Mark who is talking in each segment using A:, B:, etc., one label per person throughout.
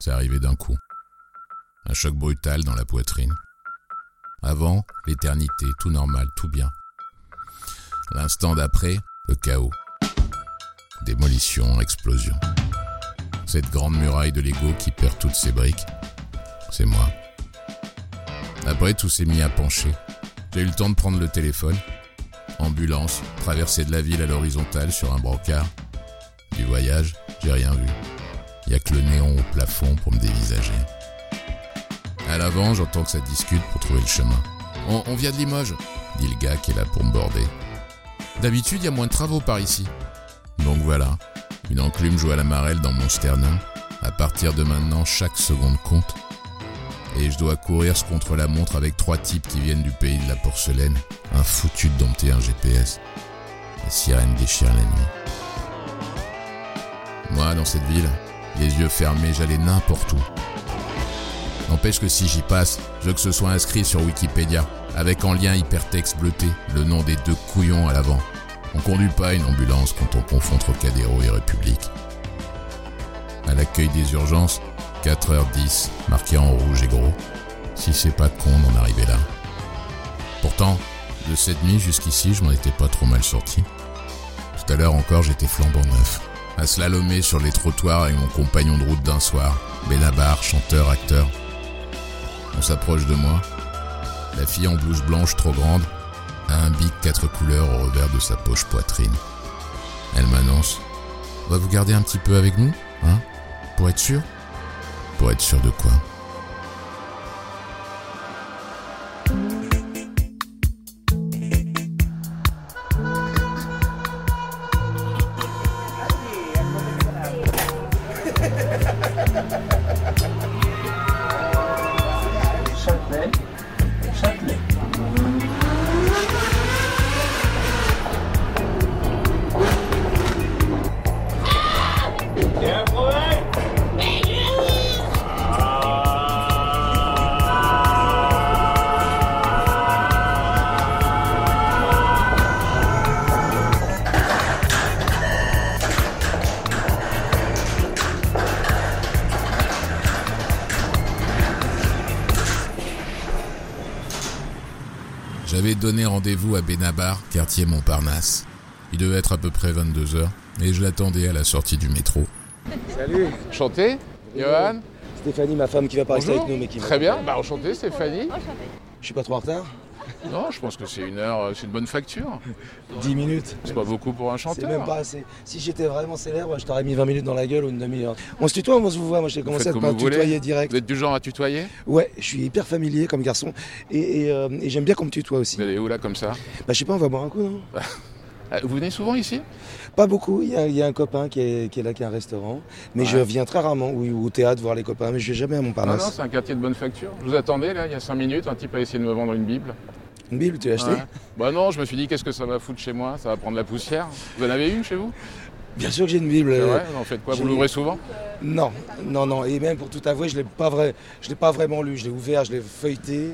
A: C'est arrivé d'un coup. Un choc brutal dans la poitrine. Avant, l'éternité, tout normal, tout bien. L'instant d'après, le chaos. Démolition, explosion. Cette grande muraille de l'ego qui perd toutes ses briques, c'est moi. Après, tout s'est mis à pencher. J'ai eu le temps de prendre le téléphone. Ambulance, traversée de la ville à l'horizontale sur un brancard. Du voyage, j'ai rien vu. Il a que le néon au plafond pour me dévisager. À l'avant, j'entends que ça discute pour trouver le chemin. On, on vient de Limoges, dit le gars qui est là pour me border. D'habitude, il y a moins de travaux par ici. Donc voilà, une enclume joue à la marelle dans mon sternum. À partir de maintenant, chaque seconde compte. Et je dois courir ce contre la montre avec trois types qui viennent du pays de la porcelaine. Un foutu de dompter un GPS. La sirène déchire la nuit. Moi, dans cette ville, les yeux fermés, j'allais n'importe où. N'empêche que si j'y passe, je veux que ce soit inscrit sur Wikipédia, avec en lien hypertexte bleuté, le nom des deux couillons à l'avant. On conduit pas une ambulance quand on confond Trocadéro et République. À l'accueil des urgences, 4h10, marqué en rouge et gros. Si c'est pas con d'en arriver là. Pourtant, de cette nuit jusqu'ici, je m'en étais pas trop mal sorti. Tout à l'heure encore, j'étais flambant neuf à slalomer sur les trottoirs avec mon compagnon de route d'un soir, Benabar, chanteur, acteur. On s'approche de moi. La fille en blouse blanche trop grande a un bic quatre couleurs au revers de sa poche poitrine. Elle m'annonce On va vous garder un petit peu avec nous, hein Pour être sûr Pour être sûr de quoi J'avais donné rendez-vous à Benabar, quartier Montparnasse. Il devait être à peu près 22h, et je l'attendais à la sortie du métro.
B: Salut,
C: Enchanté, Johan.
B: Stéphanie, ma femme qui va pas rester avec nous, mais qui va.
C: Très bien, bah enchanté Stéphanie.
B: Je suis pas trop en retard
C: Non, je pense que c'est une heure, euh, c'est une bonne facture.
B: 10 minutes.
C: C'est pas beaucoup pour un
B: C'est même
C: chanteur.
B: pas assez. Si j'étais vraiment célèbre, je t'aurais mis 20 minutes dans la gueule ou une demi-heure. On se tutoie, on se vous voit. Moi, j'ai commencé
C: faites
B: à te
C: comme
B: pas
C: vous voulez.
B: tutoyer direct.
C: Vous êtes du genre à tutoyer
B: Ouais, je suis hyper familier comme garçon. Et, et, euh, et j'aime bien qu'on me tutoie aussi.
C: Vous allez où là comme ça
B: Bah, je sais pas, on va boire un coup, non
C: Ah, Vous venez souvent ici
B: Pas beaucoup. Il y, a- il y a un copain qui est, qui est là, qui a un restaurant. Mais je viens très rarement ou, ou au théâtre voir les copains. Mais je vais jamais à
C: Non, non,
B: Montparnasse.
C: c'est un quartier de bonne facture. Je vous attendais là, il y a 5 minutes, un type a essayé de me vendre une Bible.
B: Une Bible, tu l'as acheté
C: Ouais. Bah non, je me suis dit, qu'est-ce que ça va foutre chez moi Ça va prendre la poussière. Vous en avez une chez vous
B: Bien sûr que j'ai une Bible.
C: C'est
B: euh,
C: vrai Vous en faites quoi Vous
B: j'ai-
C: l'ouvrez souvent
B: Non, non, non. Et même pour tout avouer, je l'ai pas vrai, je l'ai pas vraiment lu. Je l'ai ouvert, je l'ai feuilleté.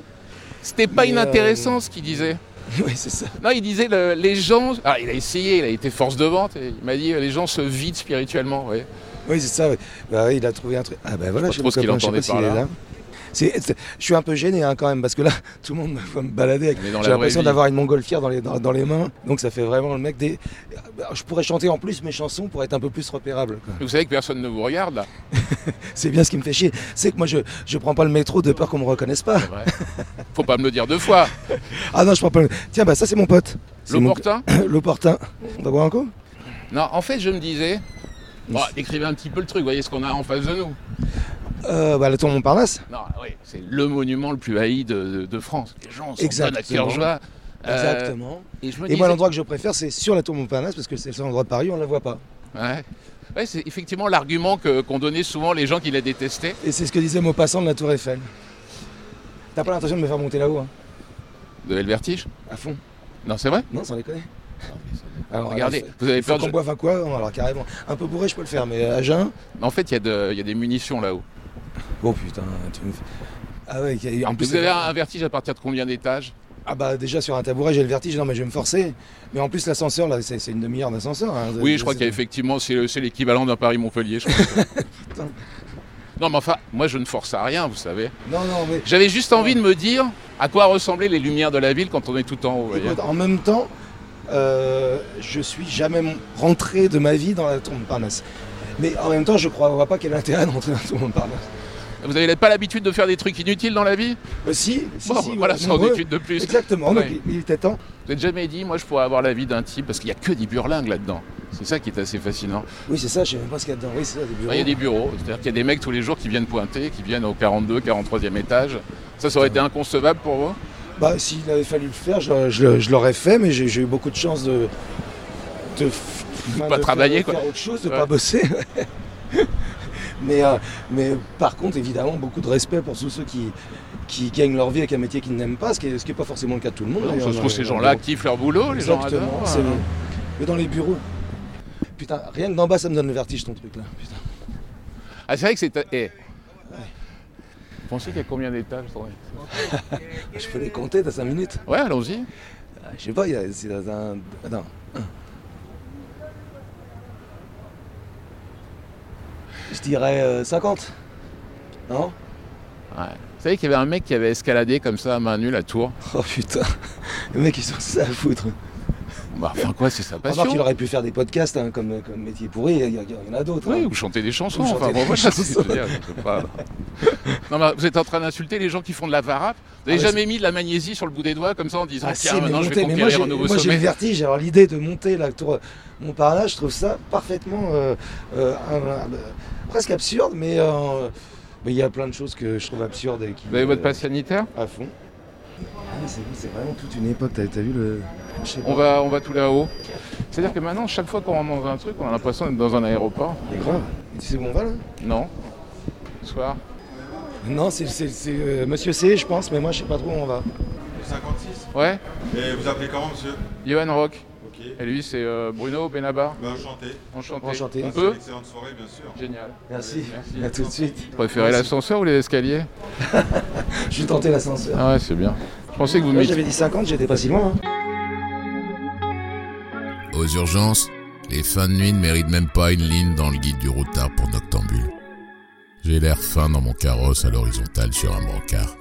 C: C'était pas
B: Mais, euh,
C: inintéressant ce qu'il disait.
B: oui, c'est ça.
C: Non, il disait le- les gens. Ah, il a essayé, il a été force de vente. Et il m'a dit les gens se vident spirituellement. vous voyez.
B: Oui, c'est ça. oui. Bah, oui, il a trouvé un truc. Ah ben voilà,
C: Je sais pas trop ce qu'il
B: mon copain,
C: entendait
B: je sais pas
C: par
B: s'il
C: là.
B: est C'est- c'est- je suis un peu gêné hein, quand même parce que là, tout le monde me voit me balader. avec-
C: On est dans la
B: J'ai
C: vraie
B: l'impression
C: vie.
B: d'avoir une montgolfière dans les, dans, dans les mains. Donc ça fait vraiment le mec des. Bah, Je pourrais chanter en plus mes chansons pour être un peu plus repérable. quoi.
C: Vous savez que personne ne vous regarde là.
B: C'est bien ce qui me fait chier. C'est que moi, je je prends pas le métro de peur qu'on me reconnaisse pas.
C: C'est vrai. Faut pas me le dire deux fois.
B: Ah non, je prends pas le. Tiens, bah ça c'est mon pote. C'est mon-
C: L'opportun
B: L'opportun. On va boire un coup
C: Non, en fait, je me disais. Bon, Bah, décrivez un petit peu le truc, voyez ce qu'on a en face de nous.
B: euh, Bah le tour Montparnasse.
C: Non, oui, c'est le monument le plus haï de, de- de France. Les gens sont donnent à cœur
B: Exactement.
C: joie. Euh,
B: Exactement.
C: et je me
B: Et moi,
C: disais-
B: l'endroit que je préfère, c'est sur la tour Montparnasse parce que c'est le seul endroit de Paris, où on la voit pas.
C: Ouais. Ouais, c'est effectivement l'argument que- qu'ont donné souvent les gens qui la détestaient.
B: Et c'est ce que disait Maupassant de la tour Eiffel. T'as pas l'intention de me faire monter là-haut, hein
C: De vertige
B: À fond.
C: Non, c'est vrai
B: Non, sans déconner. Alors,
C: Regardez,
B: alors, faut-
C: vous avez
B: faut
C: peur de.
B: qu'on boive un quoi Non, Alors, carrément. Un peu bourré, je peux le faire, mais à jeun.
C: En fait, il y, a de- il y a des munitions là-haut.
B: Oh putain, tu me. fais- Ah ouais, et en plus.
C: vous avez un vertige à partir de combien d'étages
B: Ah bah déjà sur un tabouret j'ai le vertige, non mais je vais me forcer. Mais en plus l'ascenseur là c'est c'est une demi-heure d'ascenseur. hein.
C: Oui, je crois
B: C'est-
C: qu'effectivement, c'est c'est l'équivalent d'un Paris-Montpellier. je crois. Non, mais enfin, moi je ne force à rien, vous savez.
B: Non, non, mais
C: J'avais juste envie de me dire à quoi ressemblaient les lumières de la ville quand on est tout en haut. vous voyez.
B: écoute, en même temps, euh, je suis jamais mon- rentré de ma vie dans la tombe Parnasse. Mais en même temps, je crois, on voit pas quel intérêt d'entrer dans la tombe Parnasse.
C: Vous n'avez pas l'habitude de faire des trucs inutiles dans la vie
B: Euh, si, si,
C: Bon,
B: si, on
C: voilà,
B: est
C: sans
B: nombreux.
C: étude de plus.
B: Exactement, donc
C: Ouais.
B: il il était temps.
C: Vous n'êtes jamais dit, moi je pourrais avoir la vie d'un type, parce qu'il n'y a que des burlingues là-dedans. C'est ça qui est assez fascinant.
B: Oui, c'est ça, je sais même pas ce qu'il y a dedans. Oui, c'est ça, des bureaux.
C: Il y a des bureaux, c'est-à-dire qu'il y a des mecs tous les jours qui viennent pointer, qui viennent au 42, 43e étage. Ça, ça aurait été inconcevable pour vous
B: Bah, s'il avait fallu le faire, je, je- je l'aurais fait, mais j'ai j'ai eu beaucoup de chance de. de, f-
C: pas
B: faire-
C: travailler,
B: de
C: quoi.
B: faire autre chose, de
C: Ouais.
B: pas bosser. mais, euh, mais par contre, évidemment, beaucoup de respect pour tous ceux qui, qui gagnent leur vie avec un métier qu'ils n'aiment pas, ce qui n'est pas forcément le cas de tout le monde.
C: Non,
B: d'ailleurs, euh,
C: Ça se trouve,
B: dans-
C: ces
B: dans
C: gens-là
B: le bureau.
C: activent leur boulot, les gens euh.
B: Exactement,
C: adorent. hein.
B: c'est- Mais dans les bureaux. Putain, rien que d'en bas, ça me donne le vertige ton truc là. Putain.
C: Ah, c'est vrai que c'est. eh. Vous pensez qu'il y a combien d'étages attendez
B: Je peux les compter, t'as 5 minutes
C: Ouais, allons-y.
B: Ah, Je sais pas, il y a. c'est dans un. Attends. Je dirais euh, 50. Non
C: Ouais. Vous savez qu'il y avait un mec qui avait escaladé comme ça à main nue la tour
B: Oh putain, les mecs ils sont ça à foutre.
C: Bah, Enfin, quoi, c'est sa passion.
B: Remarque qu'il aurait pu faire des podcasts hein, comme, comme métier pourri, il y, a- il y en a d'autres.
C: Oui,
B: hein.
C: ou chanter des chansons.
B: Ou chanter
C: enfin,
B: des
C: bon, voilà,
B: chansons.
C: c'est- je veux dire, je sais pas. Non, mais vous êtes en train d'insulter les gens qui font de la varap. Vous n'avez
B: Ah, mais
C: jamais mis de la magnésie sur le bout des doigts comme ça en disant
B: Ah, si,
C: Tiens,
B: mais
C: maintenant je
B: monter-
C: vais
B: mais moi,
C: conquérir
B: j'ai-
C: un nouveau
B: moi j'ai le
C: sommet.
B: vertige, alors l'idée de monter la tour Montparnasse, je trouve ça parfaitement euh, euh, un- un- presque absurde, mais euh, mais il y a plein de choses que je trouve absurdes. Et qui,
C: Vous avez votre
B: euh,
C: passe sanitaire
B: à fond. Ah, c'est, c'est vraiment toute une époque, t'as, t'as vu le. je sais
C: on
B: pas,
C: va, on va tout là-haut. C'est-à-dire que maintenant, chaque fois qu'on rentre dans un truc, on a l'impression d'être dans un aéroport.
B: C'est grave. Et tu sais où on va là
C: Non. Soir.
B: Non, c'est, c'est- c'est, euh, Monsieur C, je pense, mais moi je sais pas trop où on va.
D: 56.
C: Ouais
D: Et vous appelez comment, monsieur
C: Johan Rock.
D: Ok.
C: Et lui, c'est euh, Bruno Benabar.
D: Ben, enchanté.
C: Enchanté.
B: Enchanté.
C: On
D: Passez
C: peut
D: une excellente soirée, bien sûr.
C: Génial.
B: Merci.
C: Merci.
B: À tout de suite.
C: Vous préférez
B: Merci.
C: l'ascenseur ou les escaliers
B: Je vais tenter l'ascenseur.
C: Ah ouais, c'est bien. Je pensais que vous
B: Moi,
C: mettiez.
B: j'avais dit 50, j'étais pas si loin. hein.
A: Aux urgences, les fins de nuit ne méritent même pas une ligne dans le guide du routard pour Noctambule. J'ai l'air fin dans mon carrosse à l'horizontale sur un brancard.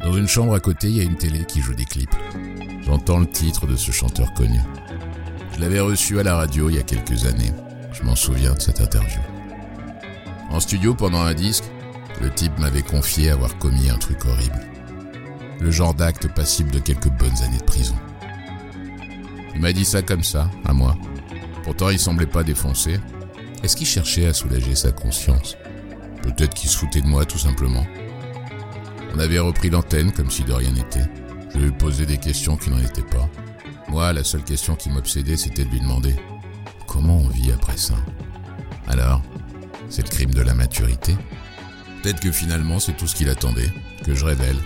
A: Dans une chambre à côté, il y a une télé qui joue des clips. J'entends le titre de ce chanteur connu. Je l'avais reçu à la radio il y a quelques années. Je m'en souviens de cette interview. En studio pendant un disque, le type m'avait confié avoir commis un truc horrible. Le genre d'acte passible de quelques bonnes années de prison. Il m'a dit ça comme ça, à moi. Pourtant, il semblait pas défoncé. Est-ce qu'il cherchait à soulager sa conscience Peut-être qu'il se foutait de moi, tout simplement. On avait repris l'antenne comme si de rien n'était. Je lui posais des questions qui n'en étaient pas. Moi, la seule question qui m'obsédait, c'était de lui demander Comment on vit après ça Alors, c'est le crime de la maturité Peut-être que finalement, c'est tout ce qu'il attendait que je révèle,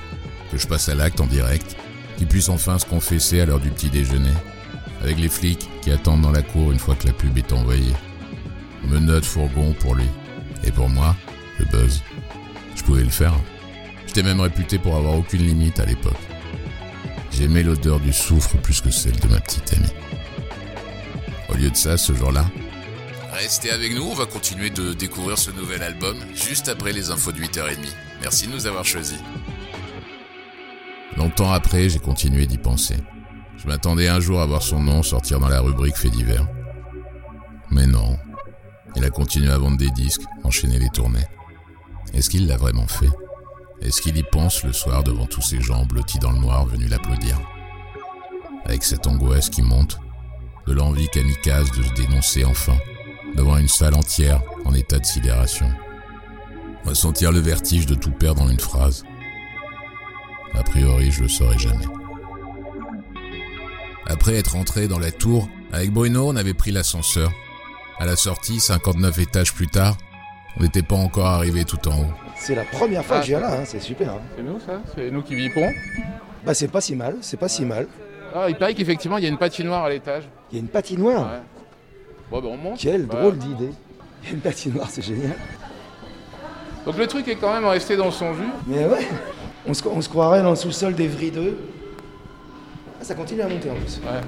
A: que je passe à l'acte en direct, qu'il puisse enfin se confesser à l'heure du petit déjeuner avec les flics qui attendent dans la cour une fois que la pub est envoyée. Menottes fourgon pour lui. Et pour moi, le buzz. Je pouvais le faire. J'étais même réputé pour avoir aucune limite à l'époque. J'aimais l'odeur du soufre plus que celle de ma petite amie. Au lieu de ça, ce jour-là, restez avec nous, on va continuer de découvrir ce nouvel album juste après les infos de 8h30. Merci de nous avoir choisis. Longtemps après, j'ai continué d'y penser. Je m'attendais un jour à voir son nom sortir dans la rubrique Fait divers. Mais non. Il a continué à vendre des disques, enchaîner les tournées. Est-ce qu'il l'a vraiment fait Est-ce qu'il y pense le soir devant tous ces gens blottis dans le noir venus l'applaudir Avec cette angoisse qui monte, de l'envie kamikaze de se dénoncer enfin, devant une salle entière en état de sidération. Ressentir le vertige de tout perdre en une phrase. A priori, je le saurai jamais. Après être entré dans la tour, avec Bruno, on avait pris l'ascenseur. À la sortie, 59 étages plus tard, on n'était pas encore arrivé tout en haut.
B: C'est la première fois
C: Ah.
B: que je viens là, hein, c'est super. hein.
C: C'est nous, ça C'est nous qui vipons
B: Bah, c'est pas si mal, c'est pas si mal.
C: Ah, il paraît qu'effectivement, il y a une patinoire à l'étage.
B: Il y a une patinoire.
C: Ouais. Bon, ben, on monte.
B: Quelle
C: Voilà.
B: drôle d'idée. Il y a une patinoire, c'est génial.
C: Donc le truc est quand même resté dans son jus.
B: Mais ouais, on se, on se croirait dans le sous-sol des 2. Ah, ça continue à monter en plus.
C: Ouais.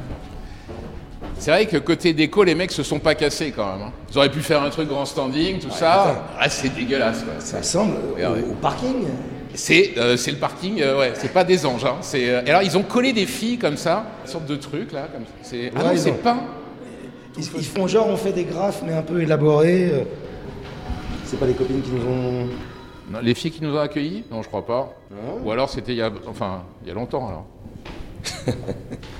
C: C'est vrai que côté déco, les mecs se sont pas cassés quand même. hein. Ils auraient pu faire un truc grand standing, tout ça. Ah, c'est dégueulasse. quoi.
B: Ça ressemble au-
C: Regardez.
B: au, parking.
C: C'est euh, c'est le parking, euh, ouais, c'est pas des anges. Hein. C'est, euh, et alors ils ont collé des filles comme ça, une sorte de truc là, comme ça. C'est, ah
B: Ouais,
C: non,
B: ils
C: c'est
B: ont-
C: pas.
B: Ils, ils font genre on fait des graphes mais un peu élaborés. euh. C'est pas les copines qui nous ont.
C: Non, les filles qui nous ont accueillis Non, je crois pas. Ou alors c'était il y a, enfin, il y a longtemps alors.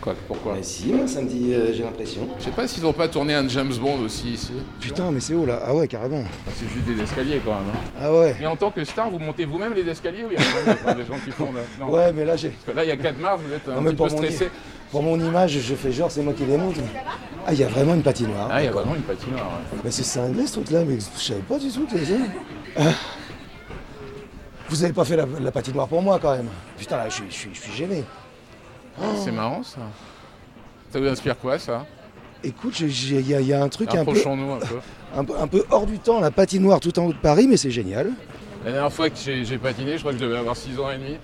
C: Quoi, pourquoi
B: Mais si, moi samedi euh, j'ai l'impression.
C: Je sais pas s'ils ont pas tourné un James Bond aussi ici.
B: Putain mais c'est haut là. Ah ouais carrément.
C: C'est juste des escaliers quand même. hein.
B: Ah ouais.
C: Mais en tant que star, vous montez vous-même les escaliers ou il y a vraiment des gens qui font là Non.
B: Ouais mais là j'ai.
C: Parce que là, il y a 4 mars, vous êtes un
B: Non, mais
C: petit
B: pour
C: peu
B: mon,
C: stressé.
B: pour mon image, je fais genre c'est moi qui les monte. Ah, il y a vraiment une patinoire.
C: Ah, il y a vraiment une patinoire. ouais.
B: Mais c'est cinglé ce truc-là, mais je savais pas du tout que ça. Ah. Vous avez pas fait la, la patinoire pour moi quand même. Putain, là, je suis, je suis- je suis gêné.
C: C'est marrant ça. Ça vous inspire quoi ça
B: Écoute, j'ai- j'ai- il y, a- il y a un truc un peu,
C: Approchons-nous un peu.
B: un, peu- un peu hors du temps, la patinoire tout en haut de Paris, mais c'est génial.
C: La dernière fois que j'ai j'ai patiné, je crois que je devais avoir 6 ans et demi.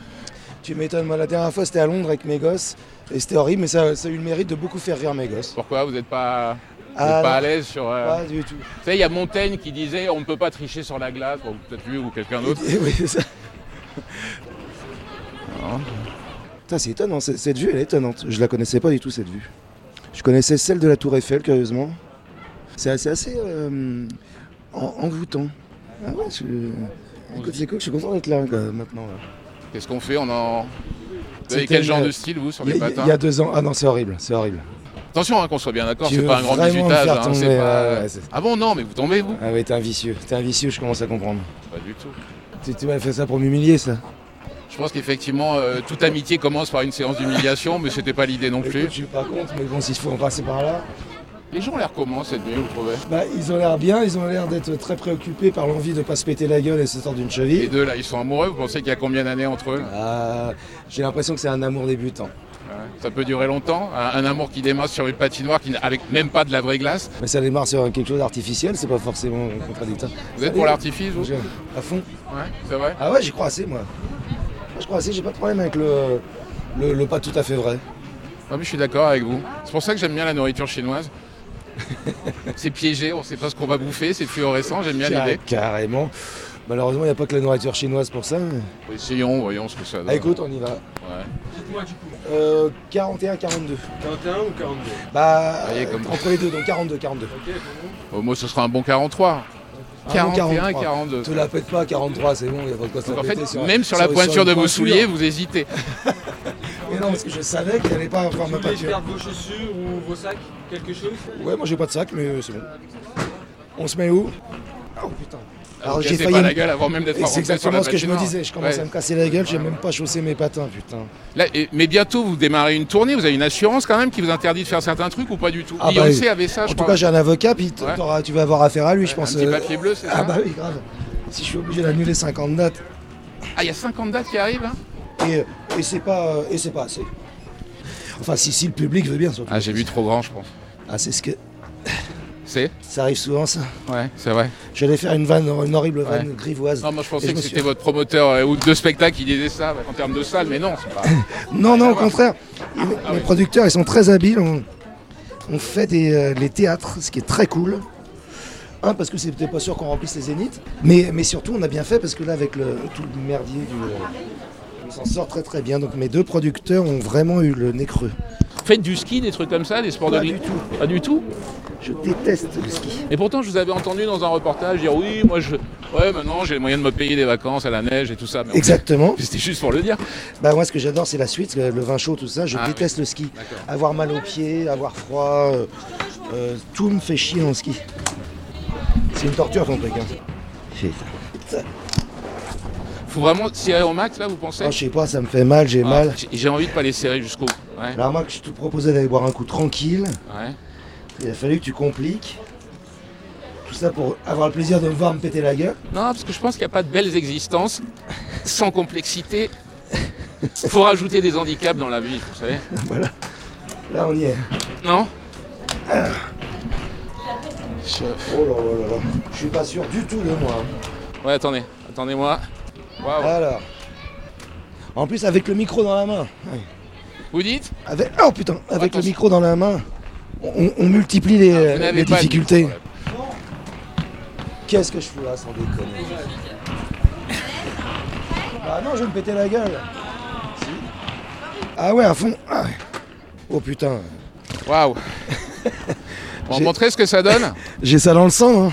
B: Tu m'étonnes, moi la dernière fois c'était à Londres avec mes gosses, et c'était horrible, mais ça, ça a eu le mérite de beaucoup faire rire mes gosses.
C: Pourquoi Vous n'êtes pas, vous êtes
B: Ah,
C: pas à
B: non.
C: l'aise sur. euh,
B: Pas du tout.
C: Vous savez, il y a Montaigne qui disait on ne peut pas tricher sur la glace, Bon, peut-être lui ou quelqu'un d'autre.
B: Et Eh oui, c'est ça. Putain, c'est étonnant, c'est- cette vue elle est étonnante. Je la connaissais pas du tout cette vue. Je connaissais celle de la Tour Eiffel, curieusement. C'est assez, assez euh, en- envoûtant. Ah ouais, je... Écoute, c'est cool, je suis content d'être là quoi, maintenant. là.
C: Qu'est-ce qu'on fait On en. Vous avez
B: C'était
C: quel genre
B: une- euh,
C: de style vous sur
B: Il y,
C: les
B: a-
C: patins
B: il y a deux ans. Ah non, c'est horrible, c'est horrible.
C: Attention hein, qu'on soit bien d'accord,
B: Tu
C: c'est
B: veux
C: pas un grand
B: vraiment me
C: bizutage.
B: faire
C: hein, c'est
B: tomber,
C: pas-
B: ouais, ouais, c'est-
C: ah bon non mais vous tombez vous
B: Ah ouais, t'es un vicieux, t'es un vicieux, je commence à comprendre.
C: Pas du tout.
B: Tu, tu m'as fait ça pour m'humilier, ça.
C: Je pense qu'effectivement euh, toute amitié commence par une séance d'humiliation, mais c'était pas l'idée non
B: Écoute, je
C: plus.
B: suis pas contre, mais bon, s'il faut en passer par là.
C: Les gens ont l'air comment cette nuit vous trouvez
B: Bah, ils ont l'air bien, ils ont l'air d'être très préoccupés par l'envie de pas se péter la gueule et se tordre d'une cheville.
C: Les deux là, ils sont amoureux. Vous pensez qu'il y a combien d'années entre eux là
B: Ah, j'ai l'impression que c'est un amour débutant.
C: Ouais. Ça peut durer longtemps. Un, un amour qui démarre sur une patinoire qui, n'a- avec même pas de la vraie glace.
B: Mais ça démarre sur quelque chose d'artificiel, c'est pas forcément contradictoire.
C: Vous êtes pour l'artifice vous
B: Je- À fond
C: Ouais, c'est vrai.
B: Ah ouais, j'y crois assez, moi. Moi, je crois assez, j'ai pas de problème avec le, le, le pas tout à fait vrai.
C: Ah, mais je suis d'accord avec vous. C'est pour ça que j'aime bien la nourriture chinoise. c'est piégé, on ne sait pas ce qu'on va bouffer, c'est fluorescent, j'aime bien l'idée.
B: Car- carrément. Malheureusement, il n'y a pas que la nourriture chinoise pour ça. mais-
C: Essayons, voyons ce que ça donne.
B: Ah, écoute, on y va.
C: Ouais.
E: Dites-moi du coup,
B: Euh, 41, 42.
E: 41 ou 42
B: Bah,
C: Voyez comme-
B: euh, entre les deux, donc 42, 42.
E: Ok, bon.
C: Au moins, Euh, ce sera un bon 43. Ah 41,
B: 43.
C: 42.
B: Te la pète pas, 43, c'est bon, il n'y a pas de quoi se
C: Donc
B: la
C: en
B: péter
C: fait, même sur la pointure
B: une
C: de vos
B: pointure.
C: souliers, vous hésitez.
B: Mais non, parce que je savais qu'il n'allait pas avoir
E: Vous
B: ma
E: voulez
B: peinture.
E: perdre vos chaussures ou vos sacs Quelque chose
B: Ouais, moi j'ai pas de sac, mais euh, c'est bon. On se met où Oh putain.
C: Vous
B: Alors j'ai
C: cassez
B: failli.
C: pas
B: me-
C: la gueule avant même d'être
B: Et
C: rentré
B: c'est
C: sur la
B: exactement ce que je me
C: patinoire.
B: disais. Je commence
C: Ouais. Ah,
B: à me casser la gueule, j'ai même pas chaussé mes patins, putain.
C: Là, et- mais bientôt, vous démarrez une tournée. Vous avez une assurance quand même qui vous interdit de faire certains trucs ou pas du tout
B: Ah, bah,
C: Beyoncé
B: oui.
C: avait ça,
B: en
C: je
B: tout
C: crois.
B: cas, j'ai un avocat, puis t-
C: Ouais.
B: t'auras- tu vas avoir affaire à lui, je
C: un
B: pense.
C: petit
B: euh,
C: papier bleu, c'est ça
B: Ah bah oui, grave. Si je suis obligé d'annuler 50 dates,
C: Ah, il y a 50 dates qui arrivent. hein
B: et, et c'est pas, euh, et c'est pas assez. Enfin, si, si le public veut bien, surtout.
C: ah, j'ai vu trop grand, je pense.
B: Ah, c'est ce que.
C: C'est
B: Ça arrive souvent, ça.
C: Ouais, c'est vrai.
B: J'allais faire une vanne, une horrible vanne
C: Ouais.
B: grivoise.
C: Non, moi je
B: Et
C: pensais
B: je
C: que
B: me suis-
C: c'était votre promoteur euh, ou de spectacle qui disait ça en termes de salle, mais non, c'est pas.
B: Non, non, au
C: voir.
B: contraire. Ils-
C: Ah
B: les
C: oui.
B: producteurs, ils sont très habiles. On, on fait des, euh, les théâtres, ce qui est très cool. Un, parce que c'était pas sûr qu'on remplisse les zéniths. Mais, mais surtout, on a bien fait parce que là, avec le, tout le merdier du. euh, on s'en sort très très bien. Donc mes deux producteurs ont vraiment eu le nez creux.
C: Faites du ski, des trucs comme ça, des sports
B: Pas
C: de
B: du
C: glisse
B: tout.
C: Pas du tout.
B: Je déteste le ski.
C: Et pourtant, je vous avais entendu dans un reportage dire oui, moi je. Ouais, maintenant j'ai les moyens de me payer des vacances à la neige et tout ça. Mais en fait,
B: Exactement.
C: C'était juste pour le dire.
B: Bah moi ce que j'adore c'est la suite, euh, le vin chaud, tout ça, je
C: Ah,
B: déteste le ski. Avoir mal aux pieds, avoir froid, euh, euh, tout me fait chier en ski. C'est une torture ton truc. Hein.
C: Faut vraiment tirer au max là, vous pensez
B: Ah, je sais pas, ça me fait mal, j'ai
C: Ah,
B: mal.
C: j'ai- J'ai envie de pas les serrer jusqu'au. bout. Ouais.
B: Alors moi que je te proposais d'aller boire un coup tranquille,
C: ouais.
B: il a fallu que tu compliques. Tout ça pour avoir le plaisir de me voir me péter la gueule.
C: Non, parce que je pense qu'il n'y a pas de belles existences sans complexité. Faut rajouter des handicaps dans la vie, vous savez.
B: Là on y est.
C: Non
B: Oh là là là là. Je suis pas sûr du tout de moi. hein.
C: Ouais, attendez, attendez-moi. Waouh.
B: Alors. En plus avec le micro dans la main.
C: Vous dites
B: Avec... Oh putain, avec le
C: Attention.
B: micro dans la main. on, on multiplie les,
C: Vous
B: les
C: n'avez pas de
B: difficultés.
C: problème.
B: Qu'est-ce que je fous là, sans déconner Bah non, je vais me péter la gueule. Si. Ah ouais, à fond. Ah ouais. Oh putain,
C: Waouh Pour
B: J'ai- Oh,
C: montrer ce que ça donne.
B: j'ai ça dans le sang. hein.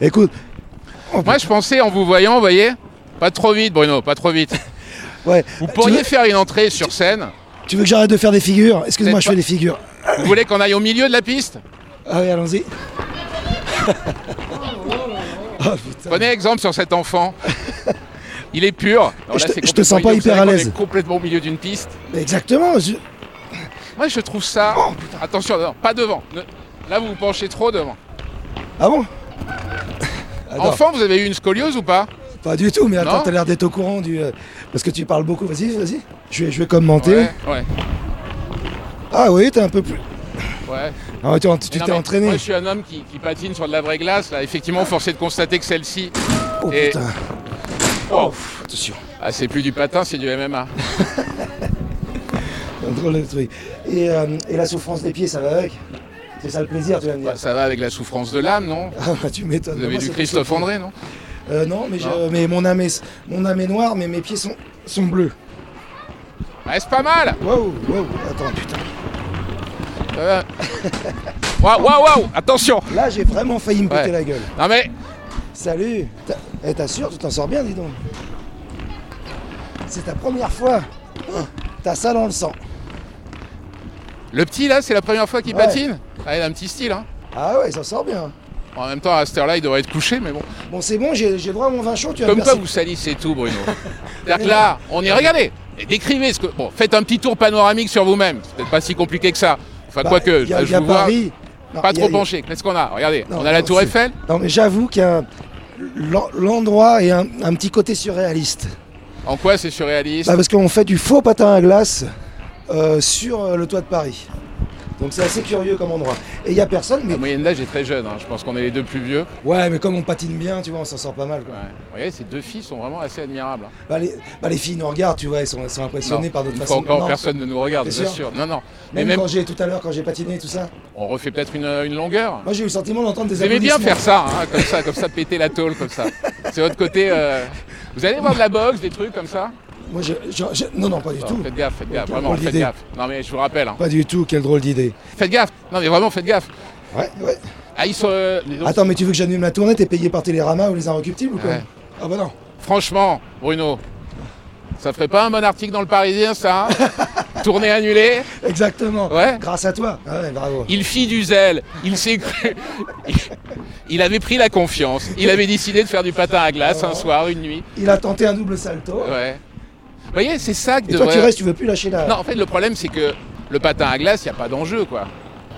B: Écoute,
C: Moi, je pensais en vous voyant, vous voyez, pas trop vite, Bruno, pas trop vite.
B: ouais.
C: Vous
B: tu,
C: pourriez
B: veux,
C: faire une entrée sur scène.
B: tu veux que j'arrête de faire des figures Excuse-moi,
C: Peut-être
B: je fais
C: pas.
B: des figures.
C: Vous voulez qu'on aille au milieu de la piste
B: Ah ouais, allons-y. oh putain.
C: Prenez exemple sur cet enfant. Il est pur. Alors
B: Je
C: là,
B: te-
C: c'est
B: je te sens
C: complètement
B: pas
C: idiot.
B: hyper
C: C'est vrai
B: à
C: qu'on
B: l'aise.
C: est complètement au milieu d'une piste.
B: Mais exactement. je-
C: Moi, je trouve ça.
B: Oh,
C: Attention, non, pas devant. Ne- Là, vous vous penchez trop devant.
B: Ah bon Attends,
C: Enfant, vous avez eu une scoliose ou pas
B: Pas du tout, mais attends,
C: Non
B: t'as l'air d'être au courant du. euh, parce que tu parles beaucoup. Vas-y, vas-y. Je vais, je vais commenter.
C: Ouais, ouais,
B: Ah oui, t'es un peu plus.
C: ouais.
B: Ah ouais, tu tu
C: Mais non,
B: t'es
C: mais
B: entraîné.
C: Moi, je suis un homme qui, qui patine sur de la vraie glace. Là, effectivement, forcé de constater que celle-ci,
B: Oh
C: et-
B: putain.
C: Oh.
B: pff, attention.
C: ah, c'est plus du patin, c'est du MMA.
B: Un drôle de truc. Et, euh, et la souffrance des pieds, ça va avec C'est ça le plaisir, tu vas me dire.
C: Bah, ça va avec la souffrance de l'âme, non
B: Ah, bah, tu m'étonnes.
C: Vous avez
B: Moi,
C: du
B: c'est-
C: Christophe André, non
B: Euh, non, mais, je-
C: Non.
B: mais mon, âme est, mon âme est noire, mais mes pieds sont, sont bleus.
C: Ah, C'est pas mal
B: Waouh, waouh, attends, putain.
C: Euh, Waouh, waouh, waouh Attention
B: Là, j'ai vraiment failli me péter
C: Ouais.
B: la gueule.
C: Non mais,
B: Salut T'as- Eh, t'assures, tu t'en sors bien, dis donc. C'est ta première fois. Oh, T'as ça dans le sang.
C: le petit, là, c'est la première fois qu'il
B: Ouais.
C: patine Ah, il a un petit style, hein
B: Ah ouais, il s'en sort bien.
C: Bon, En même temps, à cette heure-là, il devrait être couché, mais bon.
B: Bon, c'est bon, j'ai j'ai droit à mon vin chaud, tu vas
C: Comme
B: me
C: quoi
B: verser-
C: vous salissez tout, Bruno. C'est-à-dire que là, on est regardez. et Décrivez ce que. Bon, faites un petit tour panoramique sur vous-même. C'est peut-être pas si compliqué que ça. Enfin,
B: Bah,
C: quoique,
B: il y a-
C: là,
B: il y
C: je
B: a
C: vous vois.
B: Paris. Non,
C: Pas
B: il y a-
C: trop
B: il y a-
C: penché. Qu'est-ce qu'on a Regardez,
B: Non,
C: on a la
B: non,
C: Tour
B: c'est-
C: Eiffel.
B: Non, mais j'avoue qu'il y a un- l'en- l'endroit et un, un petit côté surréaliste.
C: En quoi c'est surréaliste
B: Bah, parce qu'on fait du faux patin à glace euh, sur euh, le toit de Paris. Donc c'est assez curieux comme endroit. Et il y a personne, mais
C: La moyenne d'âge est très jeune. hein. Je pense qu'on est les deux plus vieux.
B: ouais, mais comme on patine bien, tu vois, on s'en sort pas mal. Quoi.
C: Ouais. Vous voyez, ces deux filles sont vraiment assez admirables. hein.
B: Bah, les, bah, les filles nous regardent, tu vois, elles sont, elles sont
C: Non,
B: impressionnées par notre
C: une
B: façon.
C: fois encore,
B: non,
C: personne ne nous regarde,
B: T'es
C: bien
B: sûr
C: sûr. Non, non. Mais
B: Même,
C: même,
B: quand j'ai tout à l'heure, quand j'ai patiné, tout ça.
C: on refait peut-être une, euh, une longueur.
B: Moi, j'ai eu le sentiment d'entendre des
C: Vous aimez bien
B: applaudissements.
C: faire ça, hein, comme ça, comme ça, péter la tôle, comme ça. C'est votre côté. euh, Vous allez voir de la boxe, des trucs comme ça
B: Moi, je, je- je- non, non, pas du
C: Non,
B: tout.
C: Faites gaffe, faites gaffe,
B: Quelle
C: vraiment,
B: drôle
C: faites
B: d'idée.
C: gaffe. Non mais je vous rappelle, hein.
B: Pas du tout, quelle drôle d'idée.
C: faites gaffe. Non mais vraiment, faites gaffe.
B: Ouais, ouais.
C: Ah, ils sont, euh, les autres-
B: Attends, mais tu veux que j'annule ma tournée T'es payé par Télérama ou les Inrecuptibles ou quoi
C: Ouais.
B: Ah bah non.
C: Franchement, Bruno, ça ferait pas un bon article dans le Parisien, ça hein Tournée annulée.
B: Exactement.
C: Ouais.
B: Grâce à toi. Ah ouais, bravo.
C: Il fit du zèle. Il s'est cru. Il, il avait pris la confiance. Il avait décidé de faire du patin à glace
B: Oh.
C: un soir, une nuit.
B: Il a tenté un double salto.
C: Ouais. Vous voyez, c'est ça que
B: Et toi,
C: devrait-
B: tu restes, tu veux plus lâcher la.
C: Non, en fait, le problème, c'est que le patin à glace, il n'y a pas d'enjeu, quoi.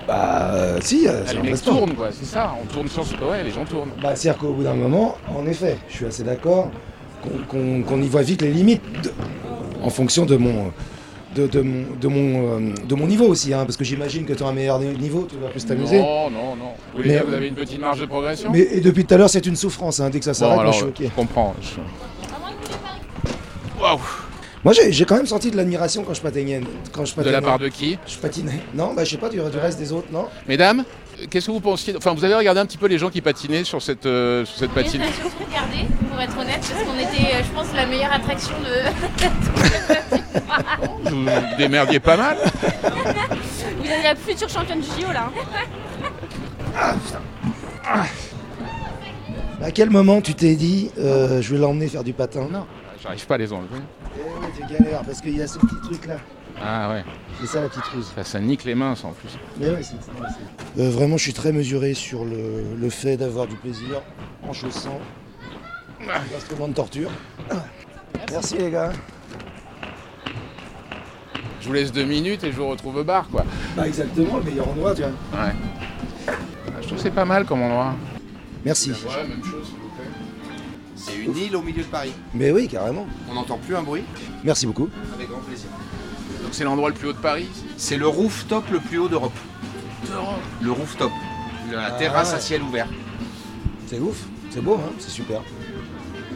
B: Bah, euh, si, euh,
C: Là,
B: c'est
C: les
B: un
C: mecs
B: restaurant.
C: tournent, quoi. C'est ça. On tourne sur ce. Ouais, les gens tournent.
B: Bah, c'est-à-dire qu'au bout d'un moment, en effet, je suis assez d'accord qu'on- qu'on qu'on y voit vite les limites de- en fonction de mon. De, de mon, de, mon, euh, de mon niveau aussi, hein, parce que j'imagine que tu as un meilleur ni- niveau, tu vas plus t'amuser.
C: Non, non, non. Vous, voulez
B: Mais-
C: dire que vous avez une petite marge de progression
B: Mais et depuis tout à l'heure, c'est une souffrance, hein, dès que ça
C: Bon,
B: s'arrête, moi,
C: alors,
B: je suis choqué.
C: je comprends. je- Waouh
B: Moi, j'ai j'ai quand même senti de l'admiration quand je patinais. Quand je
C: De
B: patinais.
C: la part de qui
B: Je patinais. Non, bah, je sais pas, du, du reste des autres, non
C: Mesdames, euh, qu'est-ce que vous pensiez Enfin, vous avez regardé un petit peu les gens qui patinaient sur cette, euh, sur cette
F: Et
C: patine.
F: ça, surtout regardé, pour être honnête, parce qu'on était, euh, je pense, la meilleure attraction de.
C: Vous vous démerdiez pas mal.
F: Vous êtes la future championne du JO là.
B: À quel moment tu t'es dit, euh, je vais l'emmener faire du patin Non.
C: J'arrive pas à les enlever.
B: Eh oui, tu galères, parce qu'il y a ce petit truc là.
C: Ah ouais,
B: C'est ça la petite ruse.
C: ça, ça nique les mains, ça, en plus.
B: Mais ouais, c'est- c'est- Euh, vraiment, je suis très mesuré sur le, le fait d'avoir du plaisir en chaussant l'instrument de torture. Merci les gars.
C: Je vous laisse deux minutes et je vous retrouve au bar, quoi.
B: Pas Bah, exactement le meilleur endroit, tu vois.
C: Ouais. Ah, Je trouve que c'est pas mal comme endroit.
B: Merci.
C: Ouais, même chose, s'il vous plaît.
G: C'est une île au milieu de Paris.
B: Mais oui, carrément.
G: On n'entend plus un bruit.
B: Merci beaucoup.
G: Avec grand plaisir.
C: Donc c'est l'endroit le plus haut de Paris.
G: C'est le rooftop le plus haut d'Europe. Ah Le rooftop. La terrasse
B: ouais.
G: à ciel ouvert.
B: C'est ouf, c'est beau, hein c'est super.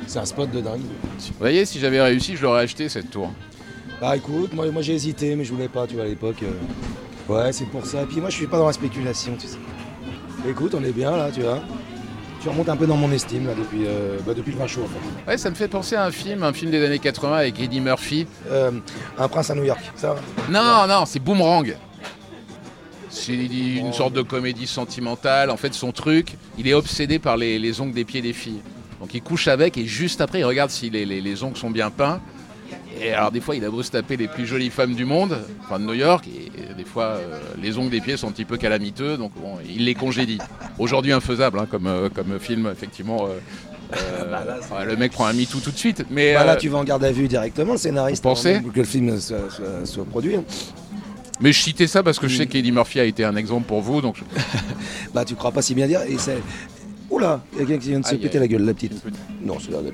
B: C'est un spot de dingue.
C: Vous voyez, si j'avais réussi, je l'aurais acheté cette tour.
B: Bah écoute, moi, moi j'ai hésité, mais je voulais pas, tu vois, à l'époque. euh, Ouais, c'est pour ça. Et puis moi, je suis pas dans la spéculation, tu sais. Écoute, on est bien là, tu vois. Tu remontes un peu dans mon estime là depuis, euh, bah, depuis le 20 chaud en fait.
C: Ouais, ça me fait penser à un film, un film des années 80 avec Eddie Murphy.
B: Euh, un prince à New York, ça.
C: Non, non, c'est Boomerang. C'est une sorte de comédie sentimentale. En fait, son truc, il est obsédé par les, les ongles des pieds des filles. Donc il couche avec et juste après, il regarde si les, les- les ongles sont bien peints. Et alors des fois, il a beau se taper les plus jolies femmes du monde, enfin de New York, et, et des fois, euh, les ongles des pieds sont un petit peu calamiteux, donc bon, il les congédie. Aujourd'hui infaisable hein, comme, euh, comme film, effectivement. euh, euh, ouais, le mec prend un MeToo tout de suite. Mais
B: Bah, là,
C: euh,
B: tu vas en garde à vue directement, le scénariste.
C: Vous pensez
B: avant même que le film soit, soit- soit produit. hein.
C: Mais je citais ça parce que je
B: Mm.
C: sais qu'Eddie Murphy a été un exemple pour vous, donc je-
B: Bah, tu crois pas si bien dire. Et c'est. Oula, il y a quelqu'un qui vient de se
C: Aïe,
B: péter
C: aïe.
B: la gueule, la petite. Non, c'est la gueule.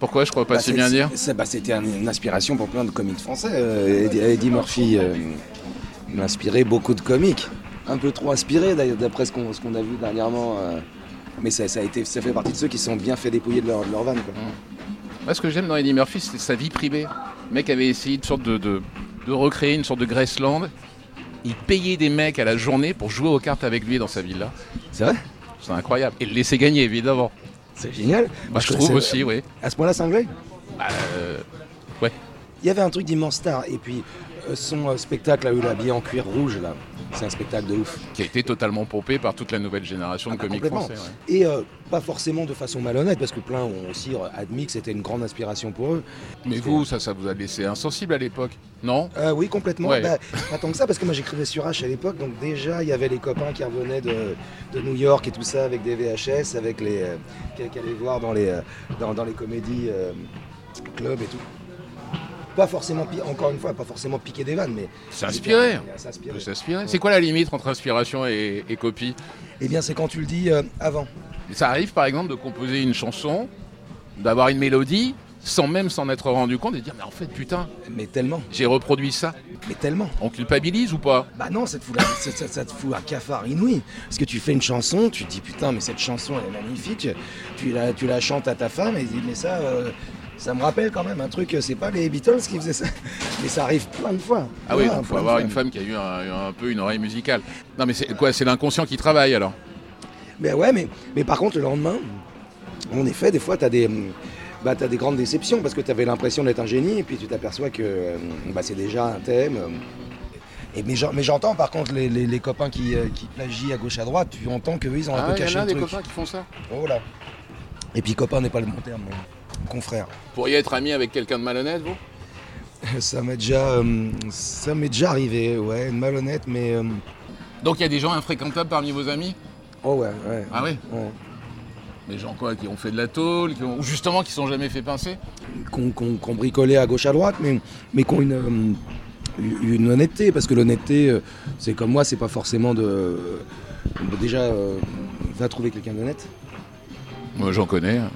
C: pourquoi je crois pas
B: Bah,
C: si
B: c'est-
C: bien dire
B: c'est- bah, C'était un- une inspiration pour plein de comiques français. Euh, Eddie, Eddie Murphy euh, il a inspiré beaucoup de comiques. Un peu trop inspiré d'ailleurs, d'après ce qu'on ce qu'on a vu dernièrement. euh. mais ça, ça a été, ça fait partie de ceux qui se sont bien fait dépouiller de leur, de leur vanne. quoi.
C: Mm. Moi, ce que j'aime dans Eddie Murphy, c'est sa vie privée. Le mec avait essayé une sorte de, de- de recréer une sorte de Graceland. Il payait des mecs à la journée pour jouer aux cartes avec lui dans sa villa.
B: C'est vrai
C: C'est incroyable. Et le laisser gagner, évidemment.
B: C'est génial.
C: Bah, je
B: C'est-
C: trouve
B: c'est-
C: aussi, oui.
B: À ce point-là, cinglé
C: Bah, euh,
B: Il y avait un truc d'immense star. Et puis, euh, son euh, spectacle là où il est habillé en cuir rouge, là, c'est un spectacle de ouf.
C: qui a été totalement pompé par toute la nouvelle génération de
B: Ah bah,
C: comiques
B: complètement.
C: français. ouais.
B: Et euh, pas forcément de façon malhonnête, parce que plein ont aussi euh, admis que c'était une grande inspiration pour eux.
C: Mais vous, ça, ça vous a laissé insensible à l'époque, non
B: Euh, oui, complètement.
C: Ouais.
B: Bah, pas tant que ça, parce que moi j'écrivais sur H à l'époque, donc déjà il y avait les copains qui revenaient de, de New York et tout ça avec des VHS, avec les euh, qui, qui allaient voir dans les, euh, dans, dans les comédies euh, clubs et tout. Pas forcément, pi- encore une fois, pas forcément piquer des vannes, mais.
C: S'inspirer.
B: Euh,
C: On peut
B: S'inspirer.
C: s'inspirer. C'est quoi la limite entre inspiration et- et copie
B: Eh bien, c'est quand tu le dis euh, avant.
C: Ça arrive par exemple de composer une chanson, d'avoir une mélodie, sans même s'en être rendu compte et de dire mais en fait putain,
B: Mais tellement,
C: j'ai reproduit ça.
B: mais tellement.
C: On culpabilise ou pas
B: Bah non, ça te, fout la- ça, ça- ça te fout un cafard inouï. Parce que tu fais une chanson, tu te dis putain, mais cette chanson elle est magnifique. Tu la, tu la chantes à ta femme et tu dis mais ça, euh, ça me rappelle quand même un truc, euh, c'est pas les Beatles qui faisaient ça. Mais ça arrive plein de fois.
C: Ah oui,
B: Plein,
C: donc
B: plein
C: faut
B: de
C: avoir
B: fois.
C: une femme qui a eu un, un peu une oreille musicale. Non mais c'est quoi C'est l'inconscient qui travaille alors.
B: Mais Ben ouais, mais, mais par contre, le lendemain, en effet, des fois, t'as des. hum, Bah, t'as des grandes déceptions parce que t'avais l'impression d'être un génie et puis tu t'aperçois que euh, bah, c'est déjà un thème. euh. Et, mais j'en- mais j'entends par contre les, les- les copains qui, euh, qui plagient à gauche à droite, tu entends qu'eux
C: Ah,
B: ils ont un peu caché Ah, le truc.
C: qui font ça.
B: Oh là. Et puis copain n'est pas le bon terme, mon confrère.
C: Vous pourriez être ami avec quelqu'un de malhonnête vous
B: Ça m'est déjà, euh, ça m'est déjà arrivé, ouais, malhonnête, mais euh,
C: Donc il y a des gens infréquentables parmi vos amis
B: oh ouais, ouais.
C: Ah oui
B: ouais.
C: Des gens quoi qui ont fait de la tôle, qui ont, ou justement qui se sont jamais fait pincer
B: Qu'on qu'on- qu'on bricolait à gauche à droite, mais mais qu'on une euh, une honnêteté, parce que l'honnêteté, euh, c'est comme moi, c'est pas forcément de de- déjà euh, va trouver quelqu'un d'honnête,
C: Moi j'en connais. hein.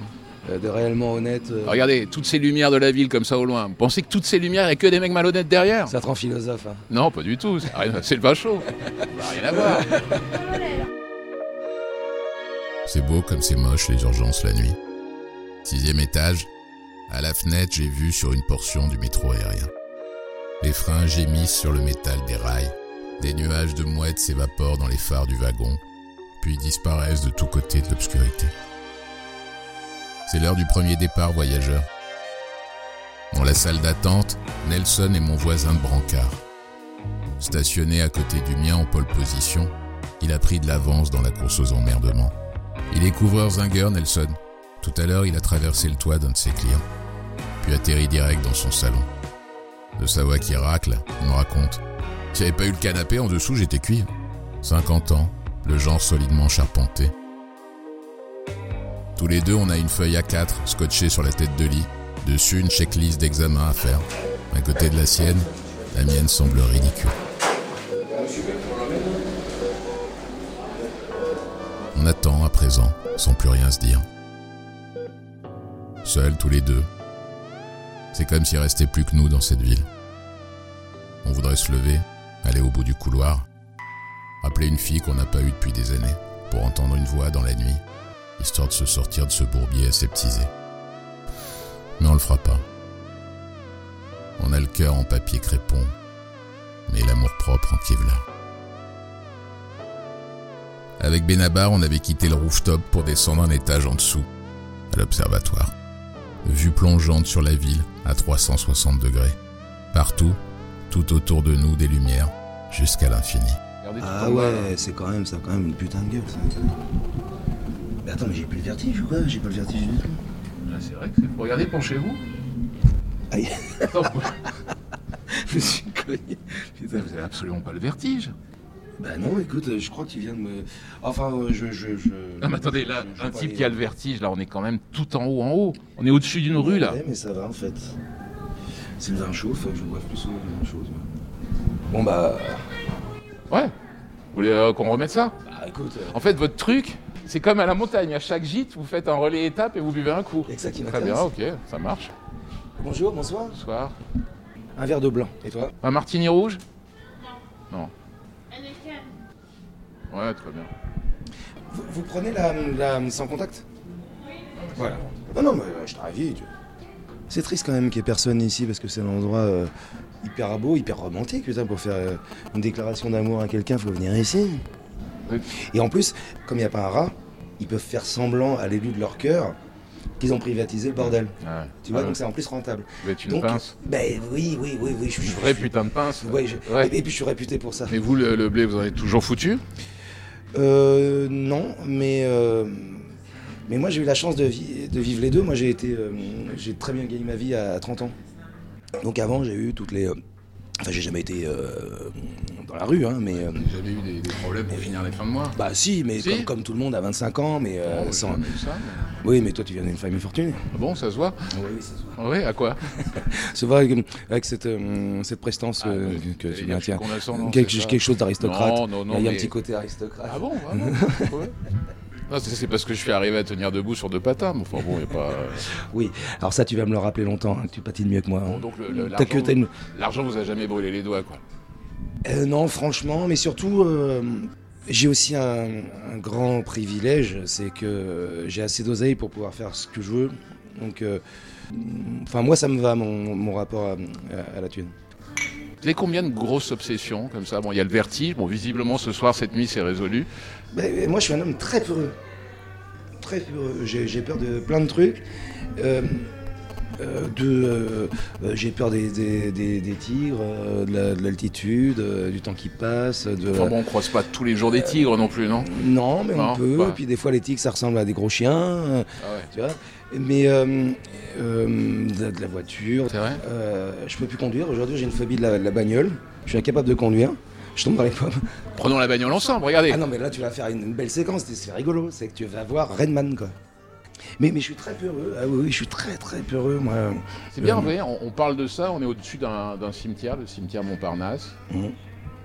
B: euh, de réellement honnête. euh,
C: Regardez, toutes ces lumières de la ville comme ça au loin. Vous pensez que toutes ces lumières et que des mecs malhonnêtes derrière
B: ça te rend philosophe. hein.
C: Non, pas du tout. C'est rien- C'est le vin chaud. Ça n'a rien à voir.
F: hein.
A: C'est beau comme c'est moche les urgences la nuit. Sixième étage, à la fenêtre j'ai vu sur une portion du métro aérien. Les freins gémissent sur le métal des rails, des nuages de mouettes s'évaporent dans les phares du wagon, puis disparaissent de tous côtés de l'obscurité. C'est l'heure du premier départ voyageur. Dans la salle d'attente, Nelson est mon voisin de brancard. Stationné à côté du mien en pole position, il a pris de l'avance dans la course aux emmerdements. Il est couvreur Zinger, Nelson. Tout à l'heure, il a traversé le toit d'un de ses clients, puis atterri direct dans son salon. De sa voix qui racle, il me raconte Si j'avais pas eu le canapé en dessous, j'étais cuit. 50 ans, le genre solidement charpenté. Tous les deux, on a une feuille A4 scotchée sur la tête de lit. Dessus, une checklist d'examen à faire. À côté de la sienne, la mienne semble ridicule. On attend à présent, sans plus rien se dire. Seuls tous les deux. C'est comme s'il restait plus que nous dans cette ville. On voudrait se lever, aller au bout du couloir, appeler une fille qu'on n'a pas eue depuis des années, pour entendre une voix dans la nuit, histoire de se sortir de ce bourbier aseptisé. Mais on le fera pas. On a le cœur en papier crépon, mais l'amour propre en Kevlar. Avec Benabar, on avait quitté le rooftop pour descendre un étage en dessous, à l'observatoire. Vue plongeante sur la ville à 360 degrés. Partout, tout autour de nous, des lumières, jusqu'à l'infini.
C: Regardez tout
B: Ah
C: en bas, là.
B: ouais, c'est quand même, ça a quand même une putain de gueule. Ça. Mais attends, mais j'ai plus le vertige ou quoi J'ai pas le vertige du tout.
C: Ah, C'est vrai que c'est- Regardez, penchez-vous.
B: Aïe.
C: Attends, vous
B: Je me suis cogné. Putain, vous
C: n'avez absolument pas le vertige.
B: Bah non, écoute, euh, je crois qu'il vient de me. Enfin, euh, je. je, je
C: Non, mais attendez, là,
B: je- je-
C: un
B: je-
C: type qui a le vertige, là, on est quand même tout en haut, en haut. On est au-dessus d'une rue, là.
B: Ouais, mais ça va en fait. C'est le vin chauffe, je bois plus souvent la même chose. moi. Bon bah.
C: Ouais. Vous voulez euh, qu'on remette ça
B: Bah écoute. euh,
C: En fait, votre truc, c'est comme à la montagne. À chaque gîte, vous faites un relais étape et vous buvez un coup.
B: y a que ça qui
C: Très
B: m'intéresse.
C: bien, ok, ça marche.
B: Bonjour, bonsoir.
C: Bonsoir.
B: Un verre de blanc. Et toi
C: Un martini rouge
F: Elle est calme.
C: Ouais, très bien.
B: vous, vous prenez la, la sans contact Voilà. Non, non, mais euh, je t'invite. C'est triste quand même qu'il n'y ait personne ici parce que c'est un endroit euh, hyper beau, hyper romantique. Putain, pour faire euh, une déclaration d'amour à quelqu'un, faut venir ici.
C: Oui.
B: Et en plus, comme il n'y a pas un rat, ils peuvent faire semblant à l'élu de leur cœur qu'ils ont privatisé le bordel.
C: Ouais.
B: Tu vois,
C: Ah,
B: donc c'est en plus rentable.
C: Vous êtes une
B: donc,
C: pince.
B: Ben oui, oui, oui, oui. Je,
C: Une
B: je-
C: vraie
B: je-
C: putain de pince.
B: ouais, je-
C: Ouais.
B: Et, et puis je suis réputé pour ça.
C: Mais vous, le, le blé, vous en êtes toujours foutu
B: Euh, non, mais, euh, mais moi j'ai eu la chance de, vi- de vivre les deux. Moi j'ai été, euh, j'ai très bien gagné ma vie à 30 ans. Donc avant j'ai eu toutes les, euh, enfin j'ai jamais été euh, dans la rue, hein, mais euh,
C: Vous avez eu des, des problèmes pour finir les fins de mois
B: bah si, mais
C: Si.
B: Comme, comme tout le monde à 25 ans, mais euh,
C: Bon, j'ai
B: sans-
C: jamais eu ça, mais-
B: oui, mais toi tu viens d'une famille fortunée.
C: Ah Bon, ça se voit.
B: Oui, ça se voit.
C: Oui, à quoi
B: C'est vrai que, avec cette, euh, cette prestance euh,
C: Ah, oui,
B: que
C: il y a
B: tu
C: plus
B: maintiens,
C: condescendant,
B: quelque,
C: c'est ça.
B: quelque chose d'aristocrate.
C: Non, non, non,
B: Il y a un
C: mais-
B: petit côté aristocrate.
C: Ah bon vraiment Ouais. Non, c'est c'est parce que je suis arrivé à tenir debout sur deux patins. Mais enfin bon, il n'y a pas. euh,
B: Oui. Alors ça tu vas me le rappeler longtemps. hein, que tu patines mieux que moi. hein.
C: Bon, donc le- le-
B: T'as que
C: l'argent,
B: t'as une
C: l'argent vous a jamais brûlé les doigts, quoi.
B: Euh, non, franchement, mais surtout, euh, j'ai aussi un, un grand privilège, c'est que euh, j'ai assez d'oseille pour pouvoir faire ce que je veux. Donc, euh, enfin, moi, ça me va, mon, mon rapport à, à la thune.
C: Vous avez combien de grosses obsessions comme ça Bon, il y a le vertige. Bon, visiblement, ce soir, cette nuit, c'est résolu.
B: Mais- mais Bah, moi, je suis un homme très peureux. Très peureux. J'ai j'ai peur de plein de trucs. Euh, euh, de, euh, euh, j'ai peur des, des- des- des tigres, euh, de la- de l'altitude, euh, du temps qui passe, de la-
C: Enfin bon, on croise pas tous les jours des tigres non plus, non
B: Non, mais
C: Non,
B: on peut.
C: ouais.
B: Puis des fois, les tigres, ça ressemble à des gros chiens. euh,
C: Ah ouais.
B: Tu vois Mais euh, euh, de, de la voiture.
C: C'est vrai
B: Euh, je peux plus conduire. Aujourd'hui, j'ai une phobie de la, de la bagnole. Je suis incapable de conduire. Je tombe dans les pommes.
C: Prenons la bagnole ensemble, regardez.
B: Ah non, mais là, tu vas faire une, une belle séquence. C'est c'est rigolo. C'est que tu vas voir Redman, quoi. Mais, mais je suis très peureux. Ah oui, oui, je suis très, très peureux, moi.
C: c'est
B: Euh,
C: bien, vous voyez, on, on parle de ça, on est au-dessus d'un d'un cimetière, le cimetière Montparnasse.
B: Mhm.
C: Une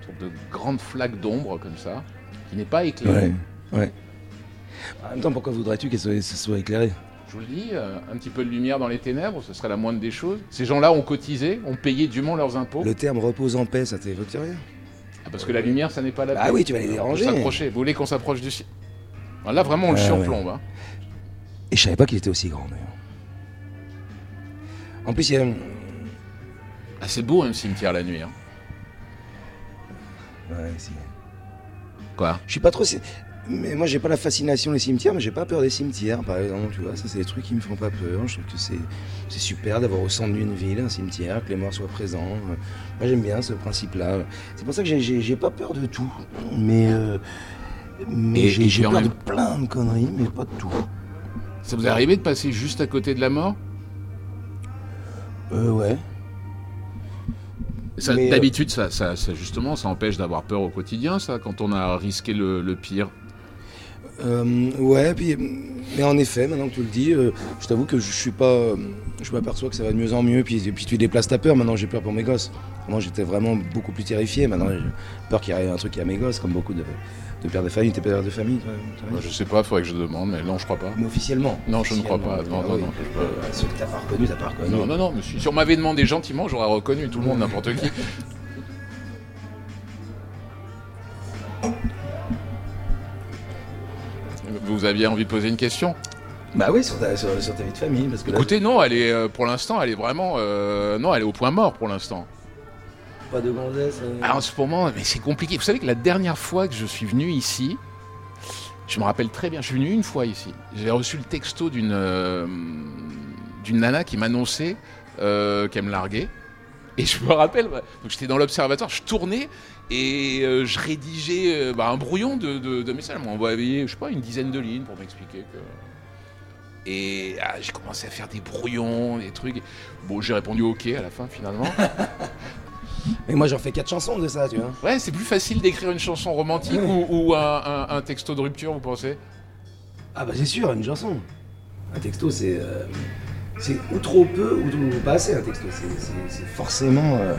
C: sorte de grande flaque d'ombre comme ça, qui n'est pas éclairée.
B: Ouais, ouais. En même temps, pourquoi voudrais-tu qu'elle soit, ce soit éclairée
C: Je vous le dis, euh, un petit peu de lumière dans les ténèbres, ce serait la moindre des choses. Ces gens-là ont cotisé, ont payé dûment leurs impôts.
B: Le terme repose en paix, ça t'évoque rien
C: Ah, Parce que la lumière, ça n'est pas la
B: Bah
C: paix.
B: oui, tu vas les
C: On peut
B: déranger.
C: s'approcher. Vous voulez qu'on s'approche du ciel Là, vraiment, on le
B: Ah,
C: surplombe. hein.
B: Et je savais pas qu'il était aussi grand, d'ailleurs. En plus, il y a.
C: Ah, c'est beau, un cimetière la nuit. hein.
B: Ouais, si.
C: Quoi
B: Je suis pas trop. c'est- Mais moi, j'ai pas la fascination des cimetières, mais j'ai pas peur des cimetières, par exemple. Tu vois, ça, c'est des trucs qui me font pas peur. Je trouve que c'est, c'est super d'avoir au centre d'une ville un cimetière, que les morts soient présents. Euh, Moi, j'aime bien ce principe-là. C'est pour ça que j'ai, j'ai- j'ai pas peur de tout. Mais. euh, Mais
C: Et-
B: j'ai,
C: et
B: j'ai
C: puis en
B: peur de
C: même-
B: plein de conneries, mais pas de tout.
C: Ça vous est arrivé de passer juste à côté de la mort
B: Euh, ouais.
C: Ça,
B: Mais, euh,
C: D'habitude, ça, ça- ça, justement, ça empêche d'avoir peur au quotidien, ça, quand on a risqué le, le pire.
B: Euh, ouais, puis, mais en effet, maintenant que tu le dis, euh, je t'avoue que je suis pas. euh, je m'aperçois que ça va de mieux en mieux, puis, puis tu déplaces ta peur. Maintenant, j'ai peur pour mes gosses. Moi, j'étais vraiment beaucoup plus terrifié. Maintenant, j'ai peur qu'il arrive un truc à mes gosses, comme beaucoup de, de pères de famille. T'es père de famille, toi, toi,
C: Moi, Bah, je sais pas, faudrait que je demande, mais non, je crois pas.
B: Mais officiellement
C: Non, je ne crois pas.
B: officiellement,
C: Non,
B: ah
C: non,
B: oui.
C: non, je-
B: Euh, Ceux que t'as pas reconnu, t'as pas reconnu.
C: Non, non, non, mais si, si on m'avait demandé gentiment, j'aurais reconnu tout le monde, n'importe qui. Vous aviez envie de poser une question
B: Bah oui, sur ta, sur- sur ta vie de famille, parce que là,
C: Écoutez, non, elle est euh, pour l'instant, elle est vraiment, euh, non, elle est au point mort pour l'instant.
B: pas
C: hein.
B: de gonzesse. euh.
C: Ah, en ce moment, mais c'est compliqué. Vous savez que la dernière fois que je suis venu ici, Je me rappelle très bien, je suis venu une fois ici. J'ai reçu le texto d'une euh, d'une nana qui m'annonçait euh, qu'elle me larguait. Et je me rappelle, bah, donc j'étais dans l'observatoire, je tournais et euh, je rédigeais euh, bah, un brouillon de, de, de messages. On m'envoyait, je sais pas, une dizaine de lignes pour m'expliquer que. Et ah, j'ai commencé à faire des brouillons, des trucs. Bon, j'ai répondu OK à la fin finalement.
B: Mais moi, j'en fais quatre chansons de ça, tu vois.
C: Ouais, c'est plus facile d'écrire une chanson romantique ou, ou un, un- un texto de rupture, vous pensez
B: Ah bah c'est sûr, une chanson. Un texto, c'est euh, c'est ou trop peu ou, ou pas assez. Un texto, c'est- c'est c'est forcément, euh,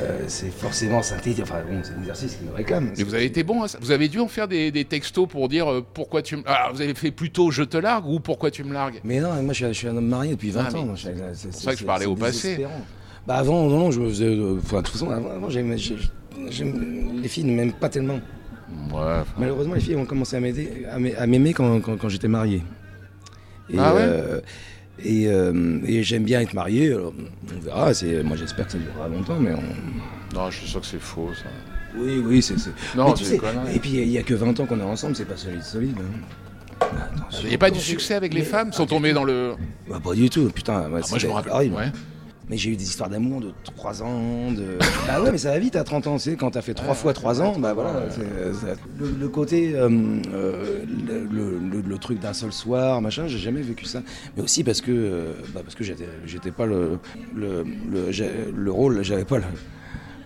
B: euh, c'est forcément synthétique. Enfin bon, c'est un exercice qui nous réclame.
C: Mais vous avez été bon à ça. Vous avez dû en faire des, des textos pour dire euh, pourquoi tu me. Ah, vous avez fait plutôt je te largue ou pourquoi tu me largues
B: Mais non, moi je suis, je suis un homme marié depuis 20
C: Ah, mais
B: ans. C'est
C: pour ça que je parlais au passé.
B: Bah avant, non, je me faisais. euh, Enfin, de toute façon, avant, avant, j'aimais- j'ai- j'aime- les filles ne m'aiment pas tellement.
C: Ouais.
B: Malheureusement, les filles ont commencé à m'aider- à m'aimer, à m'aimer quand, quand- quand j'étais marié. Et,
C: Ah ouais
B: euh, et, euh, et j'aime bien être marié. alors, on verra. c'est- Moi, j'espère que ça durera longtemps, mais on-
C: Non, je suis sûr que c'est faux ça.
B: oui, oui, c'est. c'est- Mais
C: Non,
B: tu
C: c'est
B: sais,
C: quoi
B: Et puis, il n'y a que 20 ans qu'on est ensemble. C'est pas solide, solide. hein. Attention.
C: Il n'y a pas du succès avec les
B: Mais-
C: femmes Sont tombées dans le.
B: Bah, pas du tout. Putain, moi,
C: Ah, moi je me
B: c'était
C: rappelle.
B: horrible.
C: Ouais.
B: Mais j'ai eu des histoires d'amour de 3 ans, de... bah ouais, mais ça va vite à 30 ans, tu sais, quand t'as fait 3 fois 3 ans, bah voilà, c'est- ça- le, le côté, euh, euh, le, le- le truc d'un seul soir, machin, j'ai jamais vécu ça. Mais aussi parce que, euh, bah parce que j'étais, j'étais pas le, le, le, j'ai- le rôle, j'avais pas le,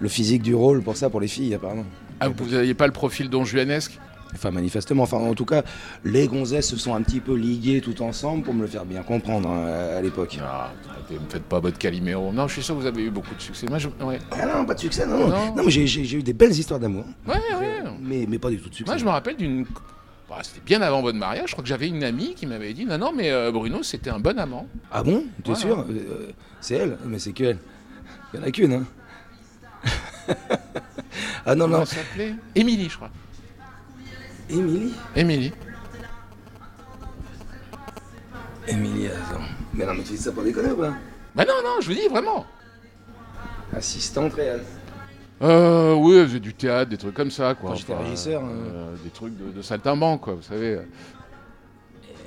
B: le physique du rôle pour ça, pour les filles apparemment.
C: Ah, vous n'aviez pas le profil don juanesque
B: Enfin, manifestement. Enfin, en tout cas, les gonzesses se sont un petit peu liguées tout ensemble pour me le faire bien comprendre hein, à- à l'époque.
C: Ah, arrêtez, me faites pas votre calimero. Non, je suis sûr que vous avez eu beaucoup de succès. Moi, je... Ouais,
B: Ah non, pas de succès, non.
C: Non.
B: Non, mais j'ai- j'ai j'ai eu des belles histoires d'amour.
C: ouais. ouais.
B: Mais, mais pas du tout de succès.
C: Moi, je me rappelle d'une. Bah, c'était bien avant votre mariage. Je crois que j'avais une amie qui m'avait dit Non, non, mais euh, Bruno, c'était un bon amant.
B: Ah bon T'es
C: Voilà.
B: sûr Euh, C'est elle Mais c'est qu'elle. Il y en a qu'une, hein Ah non,
C: Comment
B: non.
C: elle s'appelait Émilie, je crois.
B: Émilie
C: Émilie.
B: Émilie, attends. Mais non, mais tu dis ça pour déconner ou pas
C: Bah non, non, je vous dis vraiment.
B: Assistante réelle.
C: Euh, oui, elle faisait du théâtre, des trucs comme ça, quoi.
B: Quand j'étais régisseur, euh,
C: Des trucs de, de saltimbanque, quoi, vous savez.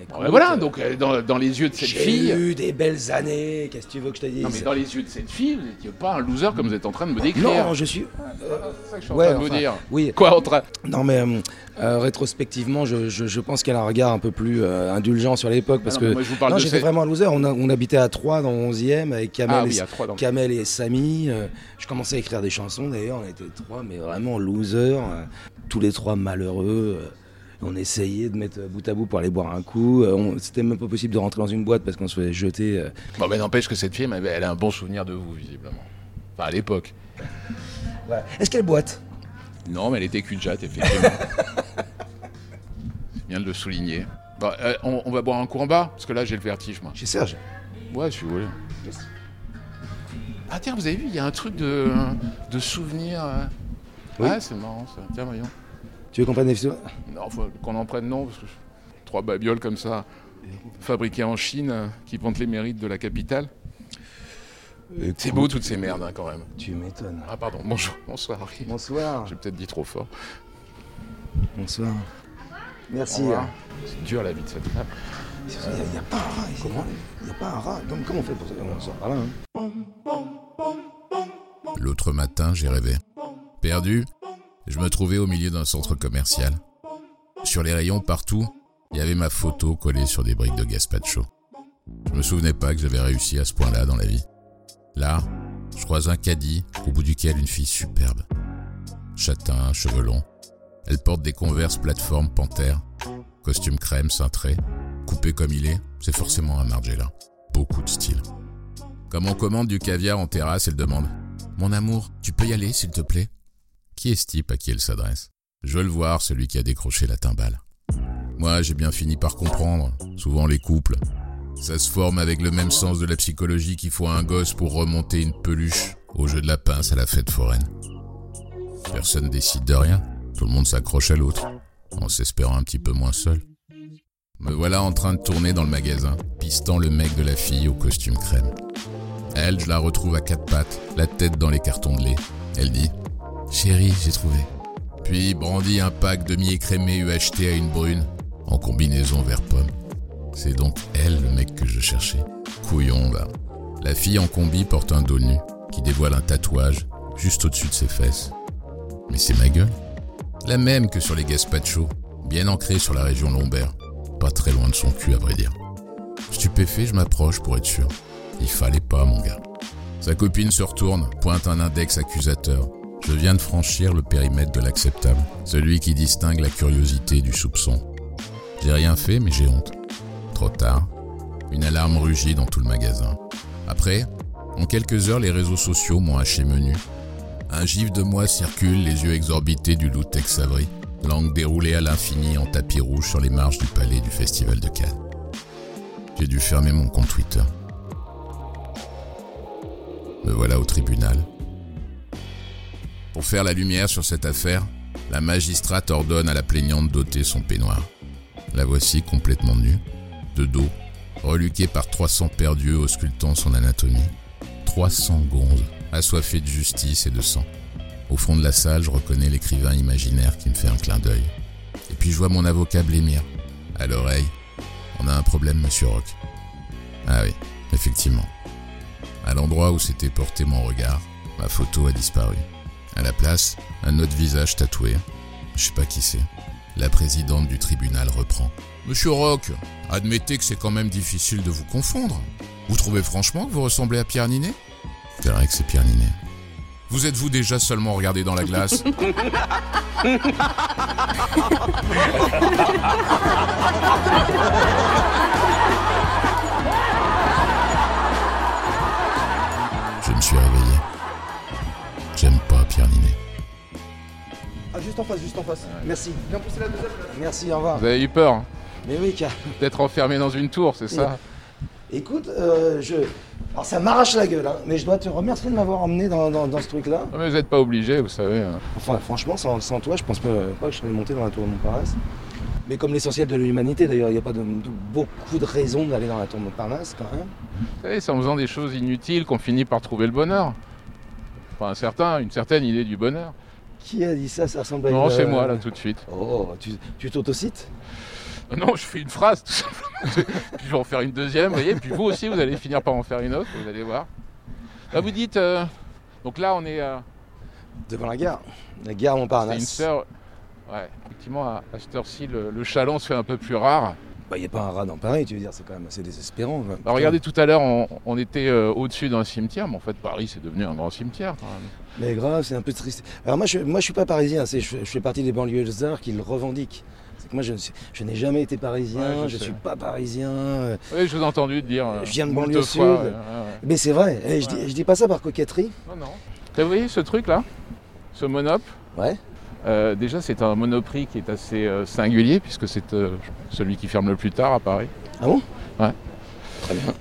C: Bon, bah, voilà, donc euh, dans, dans les yeux de cette fille.
B: J'ai eu des belles années, qu'est-ce que tu veux que je te dise
C: Non, mais dans les yeux de cette fille, vous n'étiez pas un loser comme vous êtes en train de me décrire.
B: Non, je suis.
C: c'est ça que je suis en
B: ouais,
C: train de vous
B: enfin,
C: dire.
B: Oui.
C: Quoi, en train.
B: Non, mais euh, euh, rétrospectivement, je, je- je pense qu'elle a un regard un peu plus euh, indulgent sur l'époque parce
C: Ah non, mais
B: que.
C: moi, je vous parle
B: non,
C: de
B: j'étais
C: cette-
B: vraiment un loser. On, a- on habitait à 3 dans le 11e avec Kamel
C: Ah
B: et
C: oui, à trois dans le-
B: Kamel et Samy, euh, je commençais à écrire des chansons d'ailleurs, on était trois, mais vraiment losers, euh, tous les trois malheureux. euh, on essayait de mettre bout à bout pour aller boire un coup. euh, on- C'était même pas possible de rentrer dans une boîte parce qu'on se faisait jeter. euh.
C: Bon, mais n'empêche que cette fille, elle avait- elle a un bon souvenir de vous, visiblement. Enfin, à l'époque.
B: Voilà. Est-ce qu'elle boite
C: Non, mais elle était cul de jatte, effectivement. C'est bien de le souligner. Bon, euh, on, on va boire un coup en bas, parce que là, j'ai le vertige, moi.
B: Chez Serge.
C: Ouais, si vous voulez. Ah, tiens, vous avez vu, il y a un truc de, de souvenir. euh.
B: Oui.
C: Ah, c'est marrant, ça. Tiens, voyons.
B: Tu veux qu'on prenne des photos
C: Non, faut qu'on en prenne, non, parce que je- trois babioles comme ça, fabriquées en Chine, euh, qui vantent les mérites de la capitale. C'est beau, toutes ces merdes, hein, quand même.
B: Tu m'étonnes.
C: Ah, pardon, bonjour, bonsoir.
B: Bonsoir.
C: J'ai peut-être dit trop fort.
B: Bonsoir. Merci.
C: Au revoir. C'est dur, la vie de cette femme.
B: Il n'y a, pas un rat ici. Il n'y a pas un rat. Comment, comment on fait pour ça On sort par là. hein.
A: L'autre matin, j'ai rêvé. Perdu, je me trouvais au milieu d'un centre commercial. Sur les rayons partout, il y avait ma photo collée sur des briques de gazpacho. Je me souvenais pas que j'avais réussi à ce point-là dans la vie. Là, je croise un caddie au bout duquel une fille superbe. Châtain, cheveux longs. Elle porte des converses plateforme panthère, costume crème cintré, coupé comme il est, c'est forcément un Margiela. Beaucoup de style. Comme on commande du caviar en terrasse, elle demande mon amour, tu peux y aller, s'il te plaît Qui est ce type à qui elle s'adresse Je veux le voir, celui qui a décroché la timbale. Moi, j'ai bien fini par comprendre, souvent les couples. Ça se forme avec le même sens de la psychologie qu'il faut à un gosse pour remonter une peluche au jeu de la pince à la fête foraine. Personne décide de rien, tout le monde s'accroche à l'autre, en s'espérant un petit peu moins seul. Me voilà en train de tourner dans le magasin, pistant le mec de la fille au costume crème. Elle, je la retrouve à quatre pattes, la tête dans les cartons de lait. Elle dit Chérie, j'ai trouvé. puis brandit un pack de mie écrémé UHT à une brune, en combinaison vert pomme. C'est donc elle le mec que je cherchais. Couillon là. La fille en combi porte un dos nu, qui dévoile un tatouage juste au-dessus de ses fesses. Mais c'est ma gueule. La même que sur les gazpachos, bien ancrée sur la région lombaire. Pas très loin de son cul à vrai dire. Stupéfait, je m'approche pour être sûr. Il fallait pas, mon gars. Sa copine se retourne, pointe un index accusateur. Je viens de franchir le périmètre de l'acceptable, celui qui distingue la curiosité du soupçon. J'ai rien fait, mais j'ai honte. Trop tard. Une alarme rugit dans tout le magasin. Après, en quelques heures, les réseaux sociaux m'ont haché menu. Un gif de moi circule, les yeux exorbités du loup Tex Avery, langue déroulée à l'infini en tapis rouge sur les marches du palais du Festival de Cannes. J'ai dû fermer mon compte Twitter. Me voilà au tribunal. Pour faire la lumière sur cette affaire, la magistrate ordonne à la plaignante d'ôter son peignoir. La voici complètement nue, de dos, reluquée par 300 paires d'yeux auscultant son anatomie. 300 gonzes, assoiffées de justice et de sang. Au fond de la salle, je reconnais l'écrivain imaginaire qui me fait un clin d'œil. Et puis je vois mon avocat blêmir. À l'oreille, on a un problème, monsieur Rock. Ah oui, effectivement. À l'endroit où s'était porté mon regard, ma photo a disparu. À la place, un autre visage tatoué. Je sais pas qui c'est. La présidente du tribunal reprend. Monsieur Rock, admettez que c'est quand même difficile de vous confondre. Vous trouvez franchement que vous ressemblez à Pierre Ninet C'est vrai que c'est Pierre Ninet. Vous êtes-vous déjà seulement regardé dans la glace Je me suis réveillé. J'aime pas Pierre Ninet.
B: Ah, juste en face, juste en face. Merci. Viens pousser la deuxième. Merci, au revoir.
C: Vous avez eu peur hein,
B: Mais oui, car...
C: d'être enfermé dans une tour, c'est ça
B: Écoute, euh, je. Alors ça m'arrache la gueule, hein, mais je dois te remercier de m'avoir emmené dans, dans- dans ce truc-là.
C: Non, mais vous n'êtes pas obligé, vous savez. hein.
B: Enfin, franchement, sans, sans toi, je pense pas, pas que je serais monté dans la tour de Montparnasse. Mais comme l'essentiel de l'humanité, d'ailleurs, il n'y a pas de, de- beaucoup de raisons d'aller dans la tour de Montparnasse, quand même.
C: Vous savez, Eh, c'est en faisant des choses inutiles qu'on finit par trouver le bonheur. Enfin, un certain, une certaine idée du bonheur.
B: Qui a dit ça Ça ressemble à une,
C: Non, c'est
B: euh,
C: moi, là, tout de suite.
B: Oh, tu tu t'autocites
C: Non, je fais une phrase, tout simplement. puis je vais en faire une deuxième, vous voyez. Puis vous aussi, vous allez finir par en faire une autre, vous allez voir. Là, vous dites... euh, Donc là, on est... euh,
B: Devant la gare. La gare
C: C'est une
B: Montparnasse.
C: sœur. Ouais, effectivement, à, à cette heure-ci, le, le chaland se fait un peu plus rare.
B: Bah, il n'y a pas un rat dans Paris, tu veux dire, c'est quand même assez désespérant. quoi.
C: Alors, Bah, regardez, tout à l'heure, on, on était euh, au-dessus d'un cimetière, mais en fait, Paris, c'est devenu un grand cimetière quand même.
B: Mais grave, c'est un peu triste. Alors moi, je moi, je suis pas parisien. c'est- Je, je fais partie des banlieusards qui le revendiquent. C'est que moi, je, ne suis- je n'ai jamais été parisien.
C: Ouais, je
B: je
C: sais.
B: suis pas parisien. euh,
C: Oui, je vous ai entendu dire. euh,
B: Je viens de
C: moult
B: banlieue
C: fois,
B: sud.
C: ouais, ouais, ouais.
B: Mais c'est vrai. Et je, dis, je dis pas ça par coquetterie.
C: Non, non. Vous voyez ce truc-là Ce monop
B: Ouais.
C: Euh, déjà, c'est un monoprix qui est assez euh, singulier, puisque c'est euh, celui qui ferme le plus tard à Paris.
B: Ah bon
C: Ouais.
B: Très bien.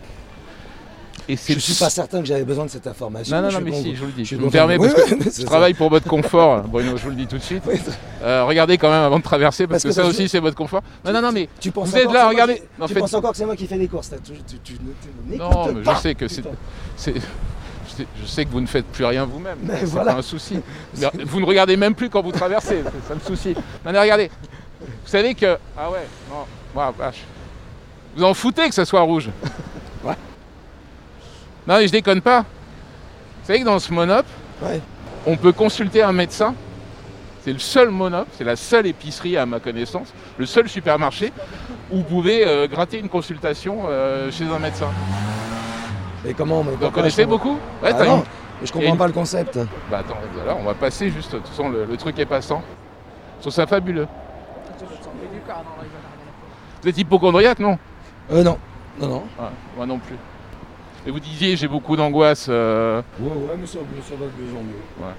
C: Et c'est
B: Je suis pas certain que j'avais besoin de cette information.
C: Non, non,
B: je
C: non,
B: suis
C: mais
B: con-
C: si, je vous le dis.
B: je suis
C: Je me
B: content.
C: permets
B: Oui, oui,
C: parce que
B: mais
C: je
B: c'est
C: travaille pour votre confort, hein, Bruno, je vous le dis tout de suite.
B: Oui.
C: Euh, regardez quand même avant de traverser, parce,
B: Parce
C: que,
B: que
C: ça
B: ça
C: aussi,
B: joue.
C: c'est votre confort.
B: Tu-
C: Non, non, non, mais
B: Tu penses
C: Vous êtes
B: encore que
C: là,
B: c'est moi
C: regardez.
B: qui-
C: Non,
B: tu
C: faites-
B: penses encore que c'est moi qui fais les courses. t'as- Tu, tu- tu ne- tu n'écoutes
C: Non, mais je
B: pas,
C: sais que c'est-
B: putain.
C: c'est- je, sais, je sais que vous ne faites plus rien vous-même.
B: Mais
C: C'est
B: voilà.
C: pas un souci. Mais euh, vous ne regardez même plus quand vous traversez, c'est ça le souci. Non, mais regardez. Vous savez que. Ah ouais, non. Ouah, vache. Vous en foutez que ça soit rouge.
B: Ouais.
C: Non, mais je déconne pas. Vous savez que dans ce monop,
B: Ouais.
C: on peut consulter un médecin. C'est le seul monop, c'est la seule épicerie à ma connaissance, le seul supermarché où vous pouvez euh, gratter une consultation euh, chez un médecin.
B: Mais comment mais
C: Vous en
B: pourquoi
C: connaissez
B: je comprends-
C: beaucoup Ouais,
B: Ah
C: t'as
B: non,
C: une-
B: je
C: Et
B: comprends
C: une-
B: pas le concept.
C: Bah attends, alors on va passer juste, de toute façon le, le truc est passant. Je trouve ça fabuleux. Vous êtes hypochondriaque, non
B: Euh, non, non, non.
C: Ouais, Moi non plus. Et vous disiez j'ai beaucoup d'angoisse. euh,
B: Ouais, ouais, mais ça, va de mieux en mieux.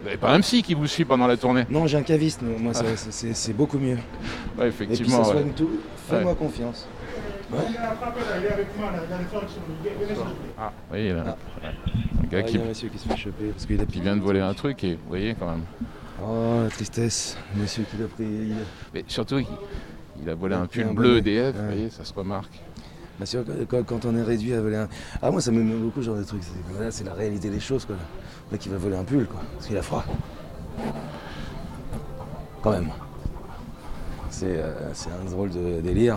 C: Vous n'avez pas un psy qui vous suit pendant la tournée
B: Non, j'ai un caviste, mais moi, ça- c'est- c'est c'est beaucoup mieux.
C: Ouais,
B: Et puis ça
C: effectivement. ouais.
B: soigne tout. Fais-moi confiance.
C: Ah, oui, là. ouais. Un gars
B: Ah,
C: qui,
B: Il y a un monsieur qui se fait choper parce qu'il a
C: qui vient de voler un truc et vous voyez quand même.
B: Oh, la tristesse. Monsieur qui l'a pris. il a-
C: Mais surtout, il, il a volé
B: Il a
C: un
B: pris
C: pull
B: un
C: bleu
B: bonnet.
C: EDF, vous
B: Ouais.
C: voyez, ça se remarque.
B: Bien sûr, que- quand, quand on est réduit à voler un. Ah, moi, ça m'aime beaucoup, ce genre de truc. C'est voilà, c'est la réalité des choses, quoi. Là, qui va voler un pull, quoi. Parce qu'il a froid. quand même. C'est euh, c'est un drôle de délire.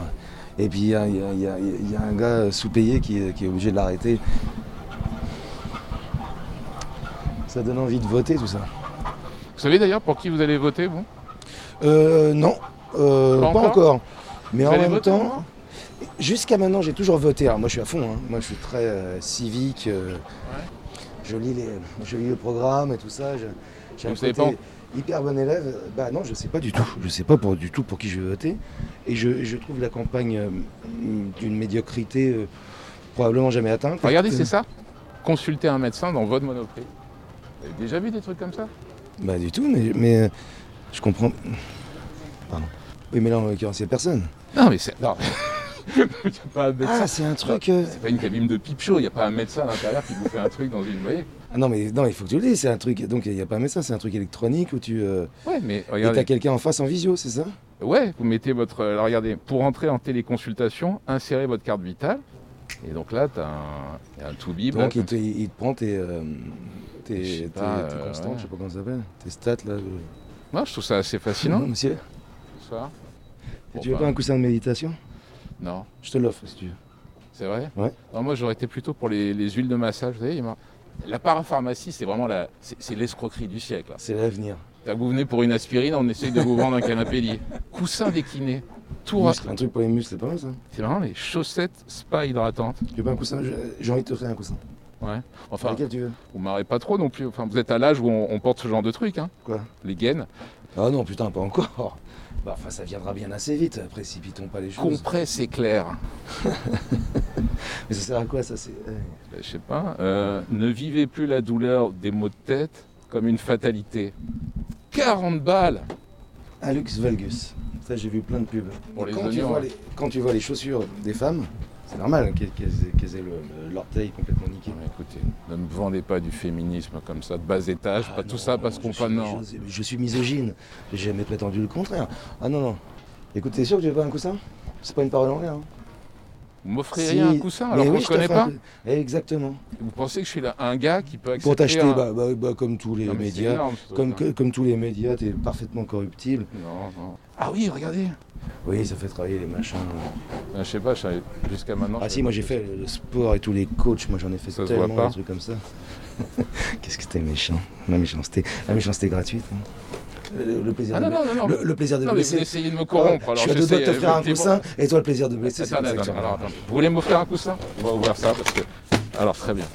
B: Et puis il y a, il y a- il y a- il y a un gars euh, sous-payé qui, est- qui est obligé de l'arrêter. Ça donne envie de voter tout ça.
C: Vous savez d'ailleurs pour qui vous allez voter, vous
B: Euh, non, euh,
C: Pas
B: pas,
C: encore
B: encore. Mais
C: Vous
B: en
C: allez
B: même
C: voter,
B: temps,
C: moi
B: jusqu'à maintenant, j'ai toujours voté. Alors moi, je suis à fond. hein. Moi, je suis très euh, civique. euh, je, lis les, je lis le programme et tout ça. Je, j'ai
C: Vous
B: un
C: savez
B: côté hyper bon élève. Bah non, je sais pas du tout. Je sais pas pour, du tout pour qui je vais voter. Et je, je trouve la campagne euh, d'une médiocrité euh, probablement jamais atteinte.
C: Bah, Regardez, c'est ça. Consulter un médecin dans votre monoprix. Vous avez déjà vu des trucs comme ça
B: Bah du tout, mais, mais, euh, je comprends. Pardon. Oui, mais là, en l'occurrence, il n'y a personne.
C: Non, mais c'est. Non. Il n'y a pas un médecin.
B: Ah, c'est un truc. euh,
C: C'est pas une cabine de pipe show, il n'y a pas un médecin à l'intérieur qui vous fait un truc dans une. Vous voyez
B: Ah non, mais non, il faut que tu le dises, c'est un truc. Donc il n'y a pas un médecin, c'est un truc électronique où tu. euh,
C: Ouais, mais
B: et t'as
C: regardez.
B: quelqu'un en face en visio, c'est ça
C: Ouais, vous mettez votre. là, regardez, pour entrer en téléconsultation, insérez votre carte vitale. Et donc là, t'as un, y a un tout bib.
B: Donc il te, il te prend tes. euh, tes,
C: Je sais
B: tes-
C: pas,
B: tes
C: euh,
B: constantes,
C: ouais.
B: je sais pas comment ça s'appelle. Tes stats là. euh.
C: Moi, je trouve ça assez
B: Non,
C: fascinant.
B: monsieur
C: Bonsoir. Bon, bah.
B: Tu veux
C: enfin,
B: pas un coussin de méditation
C: Non,
B: Je te l'offre si tu veux.
C: c'est vrai
B: Ouais.
C: Non, moi, j'aurais été plutôt pour les, les huiles de massage. Vous savez, il m'a- la parapharmacie, c'est vraiment la, c'est c'est l'escroquerie du siècle. hein. là.
B: C'est l'avenir.
C: C'est-à-dire que Vous venez pour une aspirine, on essaye de vous vendre un canapé lit. Coussin décliné. Tout ra-
B: Muscle, Un truc pour les muscles, c'est pas mal ça
C: C'est marrant, les chaussettes spa hydratantes.
B: Tu veux pas un coussin Je- J'ai envie de t'offrir un coussin.
C: Enfin,
B: Lequel tu veux
C: vous marrez pas trop non plus. Enfin, vous êtes à l'âge où on, on porte ce genre de trucs, hein.
B: Quoi
C: Les gaines.
B: Ah non, putain, pas encore. Bah, enfin, ça viendra bien assez vite, précipitons pas les choses.
C: Compresse éclair.
B: Mais ça sert à quoi ça c'est... euh,
C: Ben, je sais pas. euh, ne vivez plus la douleur des maux de tête comme une fatalité. 40 balles
B: Alux Valgus. Ça, j'ai vu plein de pubs.
C: Pour les
B: quand, tu
C: oignons, hein.
B: vois
C: ouais.
B: les, quand tu vois les chaussures des femmes, c'est normal hein, qu'elles qu'elles aient- qu'elles aient le- le- l'orteil complètement niqué.
C: Non, mais Écoutez, ne me vendez pas du féminisme comme ça, de bas étage,
B: Ah
C: pas tout
B: non,
C: ça
B: non,
C: parce
B: je
C: qu'on
B: suis-
C: pas. Non.
B: Je, je suis misogyne. J'ai jamais prétendu le contraire. Ah non, non. Écoute, t'es sûr que tu veux pas un coussin C'est pas une parole en l'air. hein.
C: Vous m'offrez
B: Si-
C: rien un coussin alors
B: Mais
C: qu'on
B: oui, je
C: se
B: t'offre
C: connaît pas
B: un cou- Eh, Exactement.
C: Vous pensez que je suis là, un gars qui peut accepter.
B: Pour t'acheter,
C: un-
B: bah, bah, bah, comme tous les
C: Non, mais c'est
B: médias,
C: énorme, ce
B: comme,
C: truc, hein.
B: que- comme tous les médias, t'es parfaitement corruptible.
C: Non, non. Ah oui, regardez
B: Oui, ça fait travailler les machins.
C: Ben, Je sais pas, je savais- jusqu'à maintenant.
B: Ah
C: je
B: si, moi j'ai fait le le sport et tous les coachs, moi j'en ai fait
C: Ça se voit
B: tellement
C: pas.
B: de trucs comme ça. Qu'est-ce que t'es méchant La méchanceté, la méchanceté gratuite. hein. Le, le plaisir
C: Ah
B: de
C: non,
B: bla-
C: non, non, non.
B: le, le plaisir de
C: Non, mais vous
B: blesser.
C: essayez de me
B: Ah ouais,
C: corrompre. alors Ah,
B: je suis à deux doigts
C: j'essaye,
B: de te faire un
C: euh, mais bon.
B: coussin et toi le plaisir de blesser. c'est
C: Attends,
B: comme ça que
C: attends,
B: tu
C: alors,
B: vas-
C: attends. Vous voulez m'offrir un coussin On va ouvrir ça parce que. Alors très bien.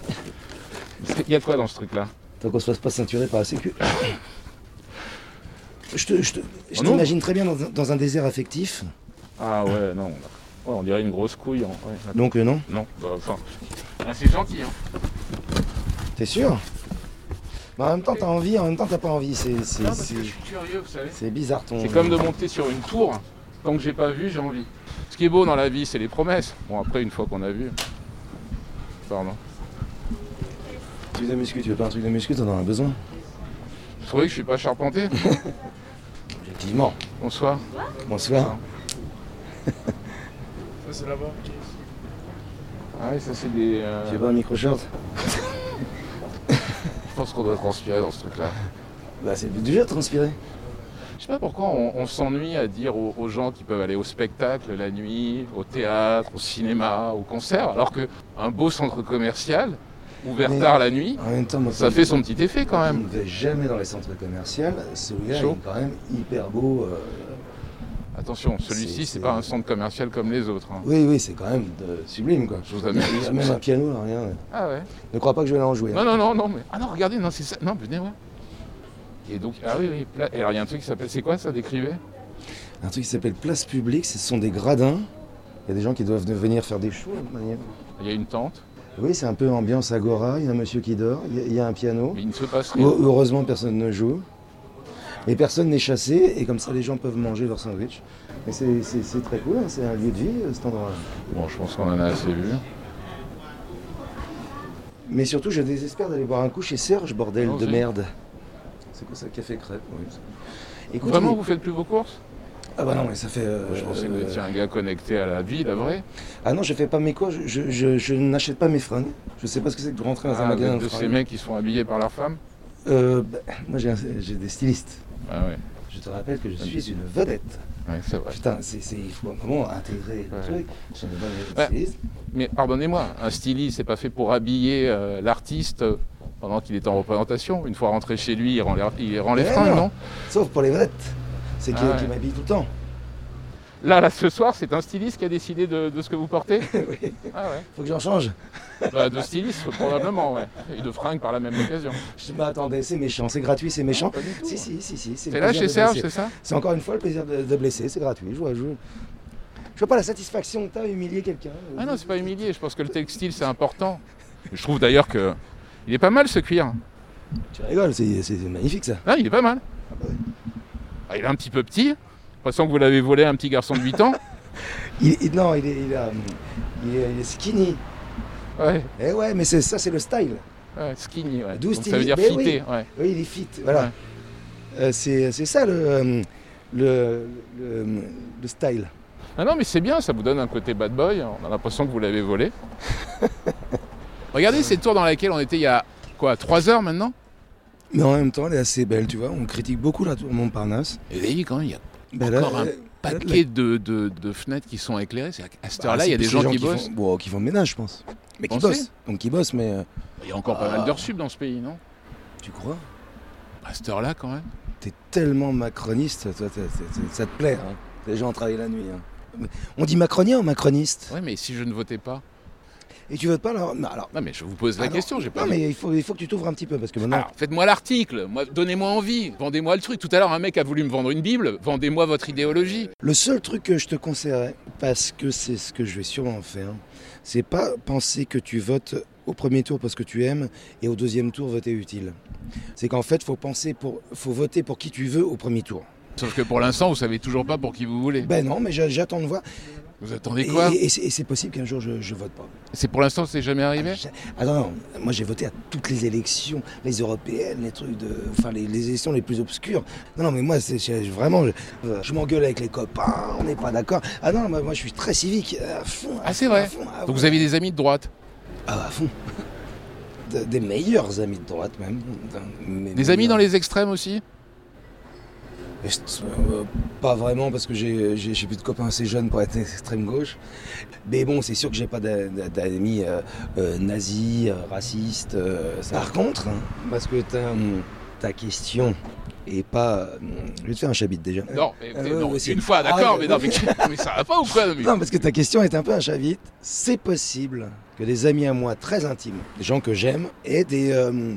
C: Il y a quoi dans ce truc-là
B: Tant qu'on se fasse pas ceinturer par la sécu.
C: Ah.
B: Je te- je te- je
C: Oh non.
B: t'imagine très bien dans, un- dans un désert affectif.
C: Ah ouais, non. on a- ouais, on dirait une grosse couille. en- ouais, d'accord.
B: Donc euh, non,
C: non, bah, enfin. Ah, c'est gentil. Hein.
B: t'es sûr Mais en même temps t'as envie, en même temps t'as pas envie. C'est c'est-
C: Non, parce
B: c'est-
C: que je suis curieux, vous savez.
B: c'est bizarre ton.
C: C'est comme de monter sur une tour. Tant que j'ai pas vu, j'ai envie. Ce qui est beau dans la vie, c'est les promesses. Bon, après, une fois qu'on a vu. Pardon.
B: Tu veux de muscu, tu veux pas un truc de muscu, t'en as besoin.
C: Vous trouvez que je suis pas charpenté
B: Objectivement.
C: Bonsoir.
B: Bonsoir.
E: Ça, c'est là-bas.
C: Ah oui, ça c'est des. euh,
B: Tu veux pas un micro-short
C: je pense qu'on doit transpirer dans ce truc-là.
B: Bah c'est déjà transpirer.
C: Je sais pas pourquoi on, on s'ennuie à dire aux, aux gens qui peuvent aller au spectacle la nuit, au théâtre, au cinéma, au concert, alors que un beau centre commercial ouvert
B: Mais- Mm.
C: tard la nuit,
B: En même temps, moi,
C: ça fait son petit effet quand
B: Je
C: même.
B: ne vais jamais dans les centres commerciaux. Celui-là, il
C: Chaud.
B: est quand même hyper beau. euh,
C: Attention, celui-ci
B: C'est-
C: c'est
B: c'est-
C: pas un centre commercial comme les autres. hein.
B: Oui, oui, c'est quand même de- sublime, quoi.
C: Je vous amuse.
B: Il y a même un piano, là, rien.
C: Ah ouais.
B: Ne crois pas que je vais aller en jouer. hein.
C: Non non non non mais ah non regardez non c'est ça non venez voir. Et donc ah oui oui pla- et alors il y a un truc qui s'appelle c'est quoi ça décrivez Hein
B: Un truc qui s'appelle Place Publique, ce sont des gradins. Il y a des gens qui doivent venir faire des shows. de manière-
C: Il y a une tente
B: Oui, c'est un peu ambiance agora. Il y a un monsieur qui dort, il y a- il y a un piano.
C: mais il ne se passe rien.
B: Heu- Heureusement, personne ne joue. Et personne n'est chassé, et comme ça, les gens peuvent manger leur sandwich. Et c'est- c'est c'est très cool, hein, c'est un lieu de vie, euh, cet endroit-là.
C: Bon je pense qu'on en a assez vu.
B: Mais surtout, je désespère d'aller boire un coup chez Serge, bordel
C: Non,
B: de
C: si.
B: merde. C'est quoi ça, café crêpe Oui. Écoute,
C: Vraiment
B: mais-
C: vous faites plus vos courses
B: Ah bah non, mais ça fait... euh,
C: Je pensais que vous
B: euh,
C: étiez un gars connecté à la vie la vraie.
B: Ah non, je fais pas mes quoi, je, je- je- je n'achète pas mes fringues. Je sais pas ce que c'est que de rentrer dans un
C: Ah, vous
B: magasin
C: êtes
B: de
C: de ces
B: fringues.
C: mecs qui sont habillés par leurs femmes
B: Euh, bah, moi, j'ai un- j'ai des stylistes.
C: Ah ouais.
B: Je- Je te rappelle que je suis une vedette.
C: Ouais, c'est vrai.
B: Putain, c'est, c'est- il faut un moment intégrer le
C: Ouais.
B: truc. Je suis une bonne
C: Ouais.
B: styliste.
C: Mais pardonnez-moi, un styliste, c'est pas fait pour habiller euh, l'artiste euh, pendant qu'il est en représentation. Une fois rentré chez lui, il rend les, il rend les
B: Mais
C: fringues,
B: Eh non.
C: non
B: Sauf pour les vedettes. C'est qui,
C: Ah ouais.
B: qui m'habille tout le temps.
C: Là, là, ce soir, c'est un styliste qui a décidé de, de ce que vous portez
B: Oui.
C: Ah ouais.
B: Faut que j'en change.
C: Bah, de styliste, probablement, ouais. Et de fringues par la même occasion.
B: Je m'attendais, c'est méchant, c'est gratuit, c'est méchant.
C: Pas du tout.
B: Si, si, si, si. C'est
C: T'es
B: le
C: là
B: plaisir
C: chez
B: de
C: Serge,
B: blesser.
C: c'est ça
B: C'est encore une fois le plaisir de, de blesser, c'est gratuit. Je vois, je... je vois pas la satisfaction que t'as à humilier quelqu'un.
C: Ah non, c'est pas humilié. Je pense que le textile, c'est important. Je trouve d'ailleurs que. Il est pas mal ce cuir.
B: Tu rigoles, c'est, c'est magnifique ça.
C: Ah, il est pas mal.
B: bah ouais.
C: Ah, il est un petit peu petit. J'ai l'impression que vous l'avez volé à un petit garçon de 8 ans.
B: Il, il- non, il est, il, a- il est, il est skinny.
C: Ouais,
B: Eh ouais, mais c'est, ça, c'est le style.
C: ouais, skinny. ben Ouais.
B: D'où
C: Donc, ça veut
B: skinny,
C: dire
B: mais oui.
C: fité. Ouais.
B: Oui, il est fit, voilà.
C: Ouais.
B: Euh, c'est, c'est ça le, euh, le, le, le style.
C: Ah non, mais c'est bien, ça vous donne un côté bad boy. On a l'impression que vous l'avez volé. Regardez cette tour dans laquelle on était il y a quoi, 3 heures maintenant
B: Mais en même temps, elle est assez belle, tu vois. On critique beaucoup la tour Montparnasse.
C: Et vous voyez, Eh quand même, il y a
B: Ben là,
C: encore un
B: euh,
C: paquet de, de- de fenêtres qui sont éclairées. C'est-à-dire qu'à cette
B: bah,
C: heure-là, il y a
B: c'est
C: des
B: plus
C: gens,
B: les
C: qui bossent.
B: Font, bon, qui font le ménage, je pense. Mais qui
C: Pensez
B: bossent. Donc qui bossent, mais euh,
C: Il y a encore pas
B: Ah.
C: mal d'heures sub dans ce pays, non
B: tu crois
C: À cette heure-là, quand même.
B: T'es tellement macroniste, toi, t'es- t'es- t'es- ça te plaît. hein. Les gens travaillent la nuit. hein. Mais On dit macronien ou macroniste
C: Oui, mais si je ne votais pas
B: Et tu votes pas alors, non, alors
C: Non, mais je vous pose la
B: Ah non.
C: question, j'ai pas.
B: Non,
C: dit.
B: mais il faut, il faut que tu t'ouvres un petit peu parce que maintenant.
C: Alors, faites-moi l'article, moi, donnez-moi envie, vendez-moi le truc. Tout à l'heure, un mec a voulu me vendre une Bible, vendez-moi votre idéologie.
B: Le seul truc que je te conseillerais, parce que c'est ce que je vais sûrement faire, c'est pas penser que tu votes au premier tour parce que tu aimes et au deuxième tour voter utile. C'est qu'en fait, faut penser pour, faut voter pour qui tu veux au premier tour.
C: Sauf que pour l'instant, vous savez toujours pas pour qui vous voulez.
B: Ben non, mais j'a- j'attends de voir.
C: Vous attendez quoi
B: et, et c'est- et c'est possible qu'un jour je, je vote pas.
C: C'est pour l'instant, c'est jamais arrivé
B: Ah non, non, moi j'ai voté à toutes les élections, les européennes, les trucs de. Enfin, les, les élections les plus obscures. Non, non, mais moi, c'est c'est- vraiment, je, je m'engueule avec les copains, on n'est pas d'accord. Ah non, moi, moi, je suis très civique, euh, à fond. à
C: Ah, c'est
B: fond,
C: vrai.
B: à fond, à
C: Donc
B: fond.
C: vous avez des amis de droite
B: Ah, à fond. De- des meilleurs amis de droite, même. Mes
C: Des amis
B: meilleurs-
C: dans les extrêmes aussi
B: Euh, Pas vraiment, parce que j'ai j'ai- j'ai plus de copains assez jeunes pour être extrême gauche. Mais bon, c'est sûr que j'ai pas d'a- d'a- d'amis euh, euh, nazis, euh, racistes. euh, ça. Par contre, hein, parce que ta, ta question est pas. euh, Je vais te faire un chabit déjà.
C: Non, mais,
B: euh,
C: mais
B: ouais,
C: non,
B: aussi.
C: une fois,
B: Ah,
C: d'accord,
B: ouais,
C: mais non,
B: ouais.
C: mais, mais ça va pas ou quoi non, mais-
B: Non, parce que ta question est un peu un chavite. C'est possible que des amis à moi très intimes, des gens que j'aime, aient des, euh,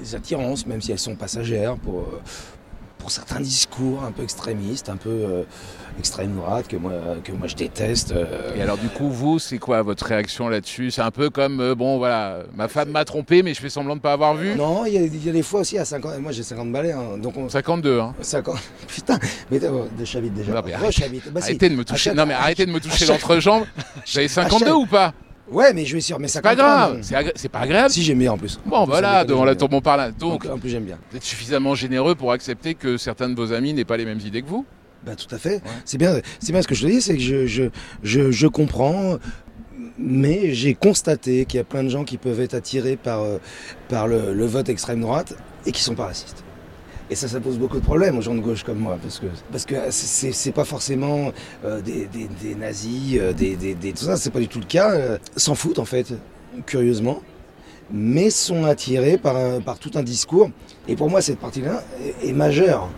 B: des attirances, même si elles sont passagères, pour, euh, pour certains discours un peu extrémistes, un peu euh, extrême droite, que moi, que moi je déteste. euh.
C: Et alors du coup, vous, c'est quoi votre réaction là-dessus C'est un peu comme, euh, bon voilà, ma femme m'a trompé, mais je fais semblant de pas avoir vu.
B: Non, il y, a- il y a des fois aussi à 50. Moi j'ai 50 balais, hein, donc on.
C: 52, hein.
B: 50. Putain, mais d'abord, de chavite déjà.
C: Non, mais
B: Re-
C: arrête-
B: chavite. Bah, si.
C: Arrêtez de me toucher.
B: Achète-
C: Non mais arrêtez de me toucher
B: achète-
C: l'entrejambe. J'avais 52 ou pas
B: Ouais, mais je vais sur mes
C: C'est
B: 50.
C: pas grave,
B: hein.
C: c'est agré- c'est pas agréable.
B: Si j'aime bien en plus. En
C: Bon
B: plus,
C: voilà,
B: en plus,
C: devant
B: j'aime
C: la
B: bien.
C: tour Montparnasse. Donc,
B: En plus j'aime bien.
C: vous êtes suffisamment généreux pour accepter que certains de vos amis n'aient pas les mêmes idées que vous.
B: Bah tout à fait. C'est bien, c'est bien ce que je te dis, c'est que je, je, je, je comprends, mais j'ai constaté qu'il y a plein de gens qui peuvent être attirés par, euh, par le, le vote extrême droite et qui sont pas racistes. Et ça, ça pose beaucoup de problèmes aux gens de gauche comme moi, parce que parce que c'est c'est pas forcément euh, des, des, des nazis, euh, des, des, des- tout ça, c'est pas du tout le cas. euh, S'en foutent en fait, curieusement, mais sont attirés par un- par tout un discours. Et pour moi, cette partie-là est- est majeure.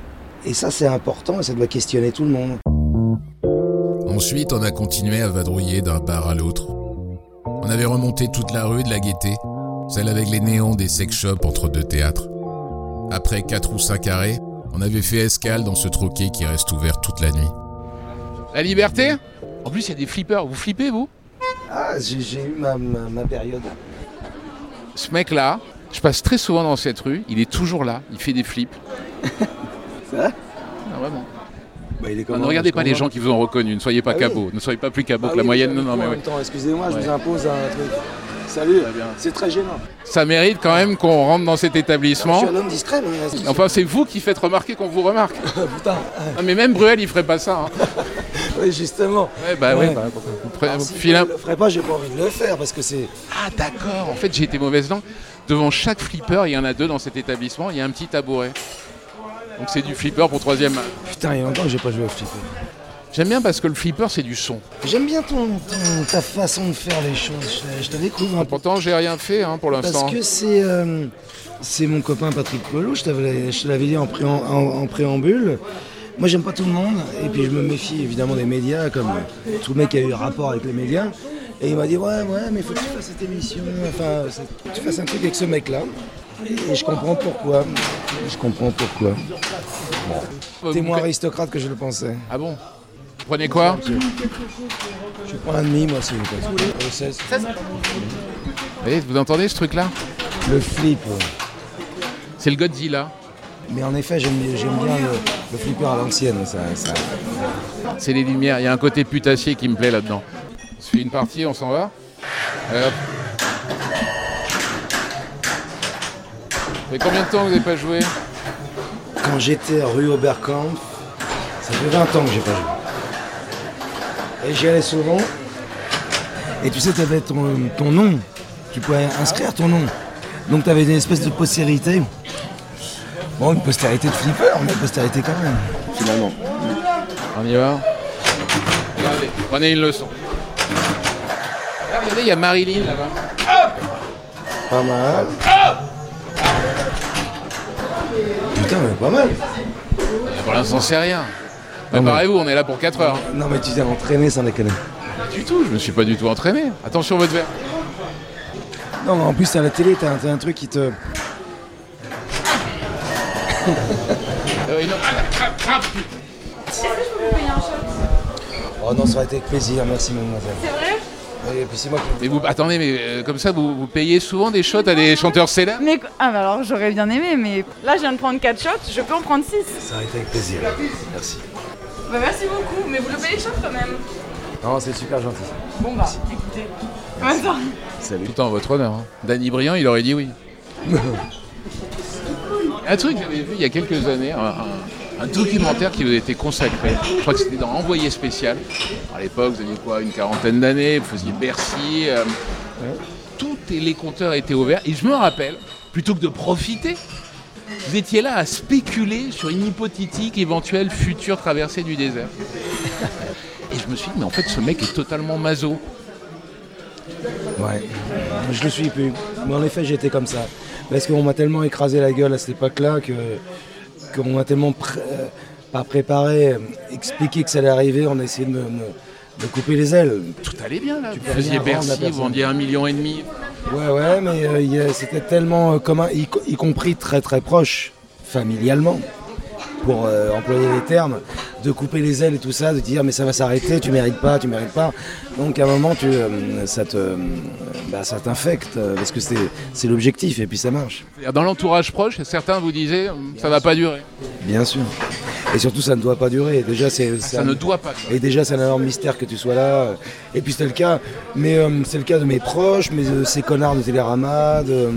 B: Et ça, c'est important et ça doit questionner tout le monde.
A: Ensuite, on a continué à vadrouiller d'un bar à l'autre. On avait remonté toute la rue de la Gaîté, celle avec les néons des sex shops entre deux théâtres. Après quatre ou cinq arrêts, on avait fait escale dans ce troquet qui reste ouvert toute la nuit.
C: La liberté En plus, il y a des flippers. Vous flippez, vous
B: Ah, j'ai j'ai eu ma, ma- ma période.
C: Ce mec-là, je passe très souvent dans cette rue. Il est toujours là. Il fait des flips.
B: C'est vrai
C: Ah, vraiment.
B: Bah, il est
C: Ah, ne regardez pas les gens qui vous ont reconnu. Ne soyez pas
B: Ah oui.
C: cabots. Ne soyez pas plus
B: Ah
C: cabots que la moyenne. Non, non, mais
B: En
C: ouais.
B: même temps, excusez-moi,
C: Ouais.
B: je vous impose un truc. Salut,
C: bien.
B: c'est très gênant.
C: Ça mérite quand même qu'on rentre dans cet
B: Je
C: établissement.
B: suis un homme discret, mais.
C: Enfin, c'est vous qui faites remarquer qu'on vous remarque.
B: putain,
C: Non, mais même Bruel, il ferait pas ça. hein.
B: oui, justement.
C: Ouais, bah
B: Ouais.
C: ouais. bah, vous prenez-
B: Alors,
C: vous
B: si je
C: filez un-
B: ne le ferais pas, j'ai pas envie de le faire parce que c'est.
C: Ah d'accord, en fait j'ai été mauvaise langue. Devant chaque flipper, il y en a deux dans cet établissement, il y a un petit tabouret. Donc c'est du flipper pour troisième.
B: Putain, il y a longtemps que j'ai pas joué au flipper.
C: J'aime bien parce que le flipper c'est du son.
B: J'aime bien ton, ton- ta façon de faire les choses. Je, je te découvre un peu.
C: Pourtant j'ai rien fait hein, pour l'instant.
B: Parce que c'est euh, c'est mon copain Patrick Pelou, je, t'avais- je te l'avais dit en, préam- en- en préambule. Moi, j'aime pas tout le monde, et puis je me méfie évidemment des médias, comme euh, tout mec qui a eu rapport avec les médias. Et il m'a dit Ouais, ouais, mais faut que tu fasses cette émission, enfin, c'est- tu fasses un truc avec ce mec-là. Et et je comprends pourquoi. Je comprends pourquoi.
C: Euh,
B: T'es
C: vous-
B: moins aristocrate que je le pensais.
C: Ah bon Vous Prenez quoi
B: Je prends un demi, moi, s'il vous plaît. Euh, seize.
C: Vous voyez, Vous entendez ce truc là
B: Le flip. ouais.
C: C'est le Godzilla.
B: Mais en effet, j'aime j'aime bien le, le flipper à l'ancienne. Ça, ça-
C: C'est les lumières. Il y a un côté putassier qui me plaît là-dedans. On se fait une partie, on s'en va. Allez, hop. Ça fait combien de temps que vous n'avez pas joué
B: Quand j'étais rue Oberkampf, ça fait 20 ans que j'ai pas joué. Et j'y allais souvent. Et tu sais, tu avais ton, ton nom. Tu pouvais inscrire ton nom. Donc tu avais une espèce de postérité. Bon, une postérité de flipper, mais postérité quand même.
G: finalement.
C: On y va Regardez, prenez une leçon. Là, Ah, regardez, il y a Marilyn là-bas.
B: Pas mal. Putain, mais pas mal.
C: Pour l'instant, c'est rien. Préparez-vous, on est là pour 4 heures. hein.
B: Non, mais tu t'es entraîné sans déconner.
C: Pas du tout, je me suis pas du tout entraîné. Attention votre verre.
B: Non, mais en plus, à la télé, t'as un, t'as un truc qui te.
C: Euh, et non.
B: Oh non, ça aurait été avec plaisir, merci mademoiselle.
F: C'est vrai
B: Oui, Et puis c'est moi qui.
C: Mais vous, attendez, mais euh, comme ça, vous, vous payez souvent des shots à des chanteurs célèbres
H: Mais qu- ah bah alors j'aurais bien aimé, mais là je viens de prendre 4 shots, je peux en prendre 6.
B: Ça aurait été avec plaisir. Merci.
H: Bah merci beaucoup, mais vous le payez shots quand même.
B: Non, c'est super gentil.
H: Bon bah écoutez. Attends.
B: Salut.
C: Tout en votre honneur. hein. Danny Briand, il aurait dit oui. un truc que j'avais vu il y a quelques années, un, un- un documentaire qui vous a été consacré. Je crois que c'était dans Envoyé spécial. À l'époque, vous aviez quoi, une quarantaine d'années, vous faisiez Bercy. euh, tous les compteurs étaient ouverts. Et je me rappelle, plutôt que de profiter, vous étiez là à spéculer sur une hypothétique éventuelle future traversée du désert. Et je me suis dit, mais en fait, ce mec est totalement maso.
B: Ouais. Je le suis plus. Mais en effet, j'étais comme ça. Parce qu'on m'a tellement écrasé la gueule à cette époque-là que. qu'on m'a tellement pré- euh, pas préparé, euh, expliqué que ça allait arriver, on a essayé de me, me- me couper les ailes.
C: Tout allait bien là. Vous
B: peux
C: faisiez
B: rien vendre à
C: Bercy, vous
B: personne.
C: vendiez un million et demi.
B: Ouais, ouais, mais euh, il y a- c'était tellement euh, commun, y, co- y compris très très proche, familialement, pour euh, employer les termes, de couper les ailes et tout ça, de dire mais ça va s'arrêter, tu mérites pas, tu mérites pas. Donc à un moment, tu, euh, ça te, euh, bah, ça t'infecte, euh, parce que c'est c'est l'objectif, et puis ça marche.
C: Dans l'entourage proche, certains vous disaient euh, ça va pas durer.
B: Bien sûr. Et surtout, ça ne doit pas durer. Déjà, c'est c'est
C: Ça
B: un-
C: ne doit pas. durer.
B: Et déjà, c'est un énorme mystère que tu sois là. Et puis, c'était le cas. Mais euh, c'est le cas de mes proches, mais de ces connards de Télérama, de euh,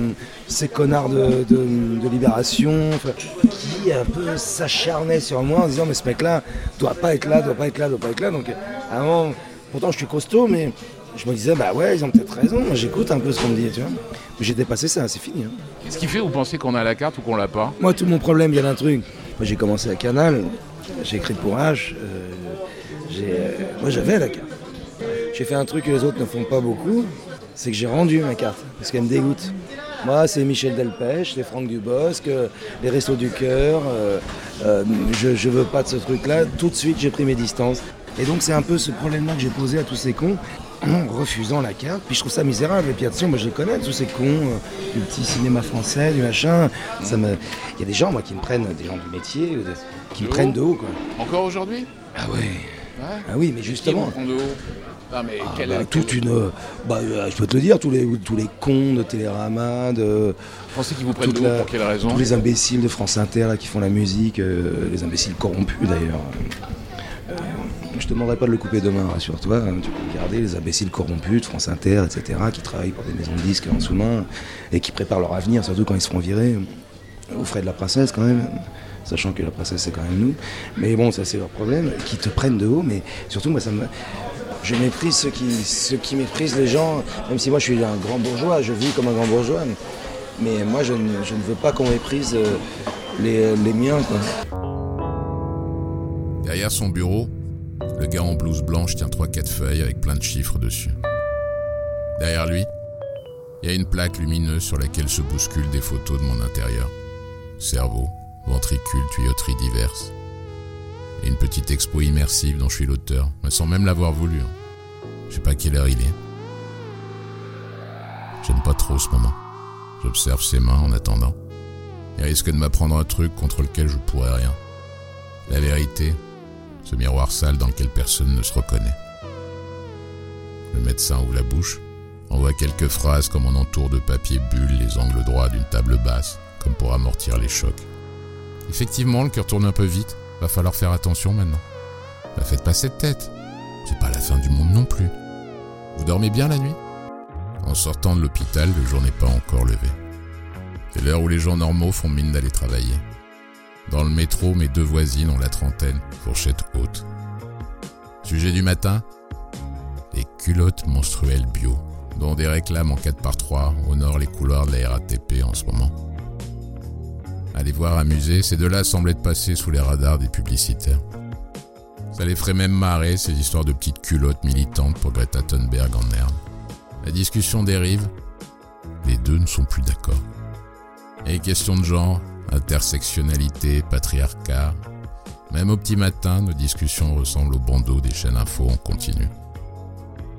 B: ces connards de, de- de Libération, enfin, qui un peu s'acharnaient sur moi en disant Mais ce mec-là doit pas être là, doit pas être là, doit pas être là. Donc, à un moment, pourtant, je suis costaud, mais je me disais Bah ouais, ils ont peut-être raison. J'écoute un peu ce qu'on me dit, tu vois. Mais J'ai dépassé ça, c'est fini. hein.
C: Qu'est-ce qui fait vous pensez qu'on a la carte ou qu'on l'a pas
B: Moi, tout mon problème vient d'un truc. Moi, j'ai commencé à Canal, j'ai écrit pour H, euh, j'ai, euh, moi j'avais la carte. J'ai fait un truc que les autres ne font pas beaucoup, c'est que j'ai rendu ma carte, parce qu'elle me dégoûte. Moi, c'est Michel Delpech, c'est Franck Dubosc, euh, les Restos du Cœur, euh, euh, je, je veux pas de ce truc-là. Tout de suite, j'ai pris mes distances. Et donc, c'est un peu ce problème-là que j'ai posé à tous ces cons en refusant la carte. Puis je trouve ça misérable. Et puis attention, moi je les connais, tous ces cons, euh, du petit cinéma français, du machin. Ça me... Il y a des gens, moi, qui me prennent, des gens du métier, ou des- qui me
C: De haut
B: prennent de haut, quoi.
C: Encore aujourd'hui
B: Ah ouais
C: Ouais.
B: Ah oui, mais
C: Qui
B: justement.
C: vous prend de haut Non mais
B: Ah,
C: quelle
B: bah, toute une. euh, bah, euh, je peux te le dire, tous les, tous les cons de Télérama, de.
C: Vous pensez qu'ils vous prennent
B: toute
C: de haut
B: la-
C: pour quelle raison
B: Tous les imbéciles de France Inter là, qui font la musique, euh, les imbéciles corrompus d'ailleurs. Euh, je te demanderai pas de le couper demain, rassure-toi. hein, tu peux regarder les imbéciles corrompus de France Inter, etc., qui travaillent pour des maisons de disques en sous-main et qui préparent leur avenir, surtout quand ils se feront virer, euh, aux frais de la princesse quand même. Sachant que la princesse, c'est quand même nous. Mais bon, ça, c'est leur problème. Qui te prennent de haut, mais surtout, moi, ça me. Je méprise ceux qui, ceux qui méprisent les gens, même si moi je suis un grand bourgeois, je vis comme un grand bourgeois. Mais moi, je ne, je ne veux pas qu'on méprise euh, les, les miens. Quoi.
A: Derrière son bureau, le gars en blouse blanche tient 3-4 feuilles avec plein de chiffres dessus. Derrière lui, il y a une plaque lumineuse sur laquelle se bousculent des photos de mon intérieur. Cerveau, ventricule, tuyauterie diverses. Et une petite expo immersive dont je suis l'auteur, mais sans même l'avoir voulu. hein. Je sais pas quelle heure il est. J'aime pas trop ce moment. J'observe ses mains en attendant. Il risque de m'apprendre un truc contre lequel je pourrais rien. La vérité, ce miroir sale dans lequel personne ne se reconnaît. Le médecin ouvre la bouche, envoie quelques phrases comme on entoure de papier bulle les angles droits d'une table basse, comme pour amortir les chocs. Effectivement, le cœur tourne un peu vite, va falloir faire attention maintenant. Ne faites pas cette tête, c'est pas la fin du monde non plus. Vous dormez bien la nuit En sortant de l'hôpital, le jour n'est pas encore levé. C'est l'heure où les gens normaux font mine d'aller travailler. Dans le métro, mes deux voisines ont la trentaine, fourchette haute. Sujet du matin Les culottes menstruelles bio, dont des réclames en 4 par 3 honorent les couloirs de la RATP en ce moment. À les voir amusés, ces deux-là semblaient de passer sous les radars des publicitaires. Ça les ferait même marrer, ces histoires de petites culottes militantes pour Greta Thunberg en herbe. La discussion dérive, les deux ne sont plus d'accord. Et questions de genre, intersectionnalité, patriarcat. Même au petit matin, nos discussions ressemblent au bandeau des chaînes info en continu.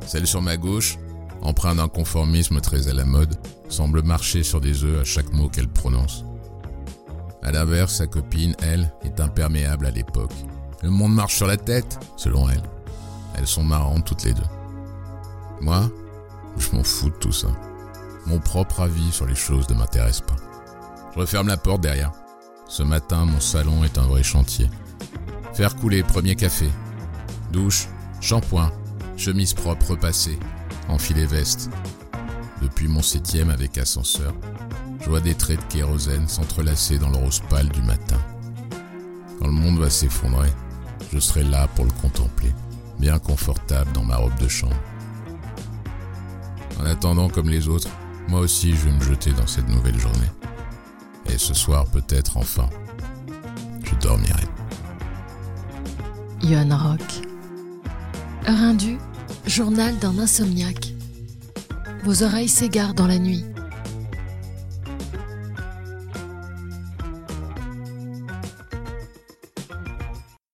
A: Celle sur ma gauche, empreinte d'un conformisme très à la mode, semble marcher sur des œufs à chaque mot qu'elle prononce. À l'inverse, sa copine, elle, est imperméable à l'époque. Le monde marche sur la tête, selon elle. Elles sont marrantes toutes les deux. Moi, je m'en fous de tout ça. Mon propre avis sur les choses ne m'intéresse pas. Je referme la porte derrière. Ce matin, mon salon est un vrai chantier. Faire couler premier café, douche, shampoing, chemise propre repassée, enfiler veste. Depuis mon septième avec ascenseur, je vois des traits de kérosène s'entrelacer dans le rose pâle du matin. Quand le monde va s'effondrer, je serai là pour le contempler, bien confortable dans ma robe de chambre. En attendant, comme les autres, moi aussi je vais me jeter dans cette nouvelle journée. Et ce soir, peut-être enfin, je dormirai.
I: Johan Rock. Rindu, journal d'un insomniaque. Vos oreilles s'égarent dans la nuit.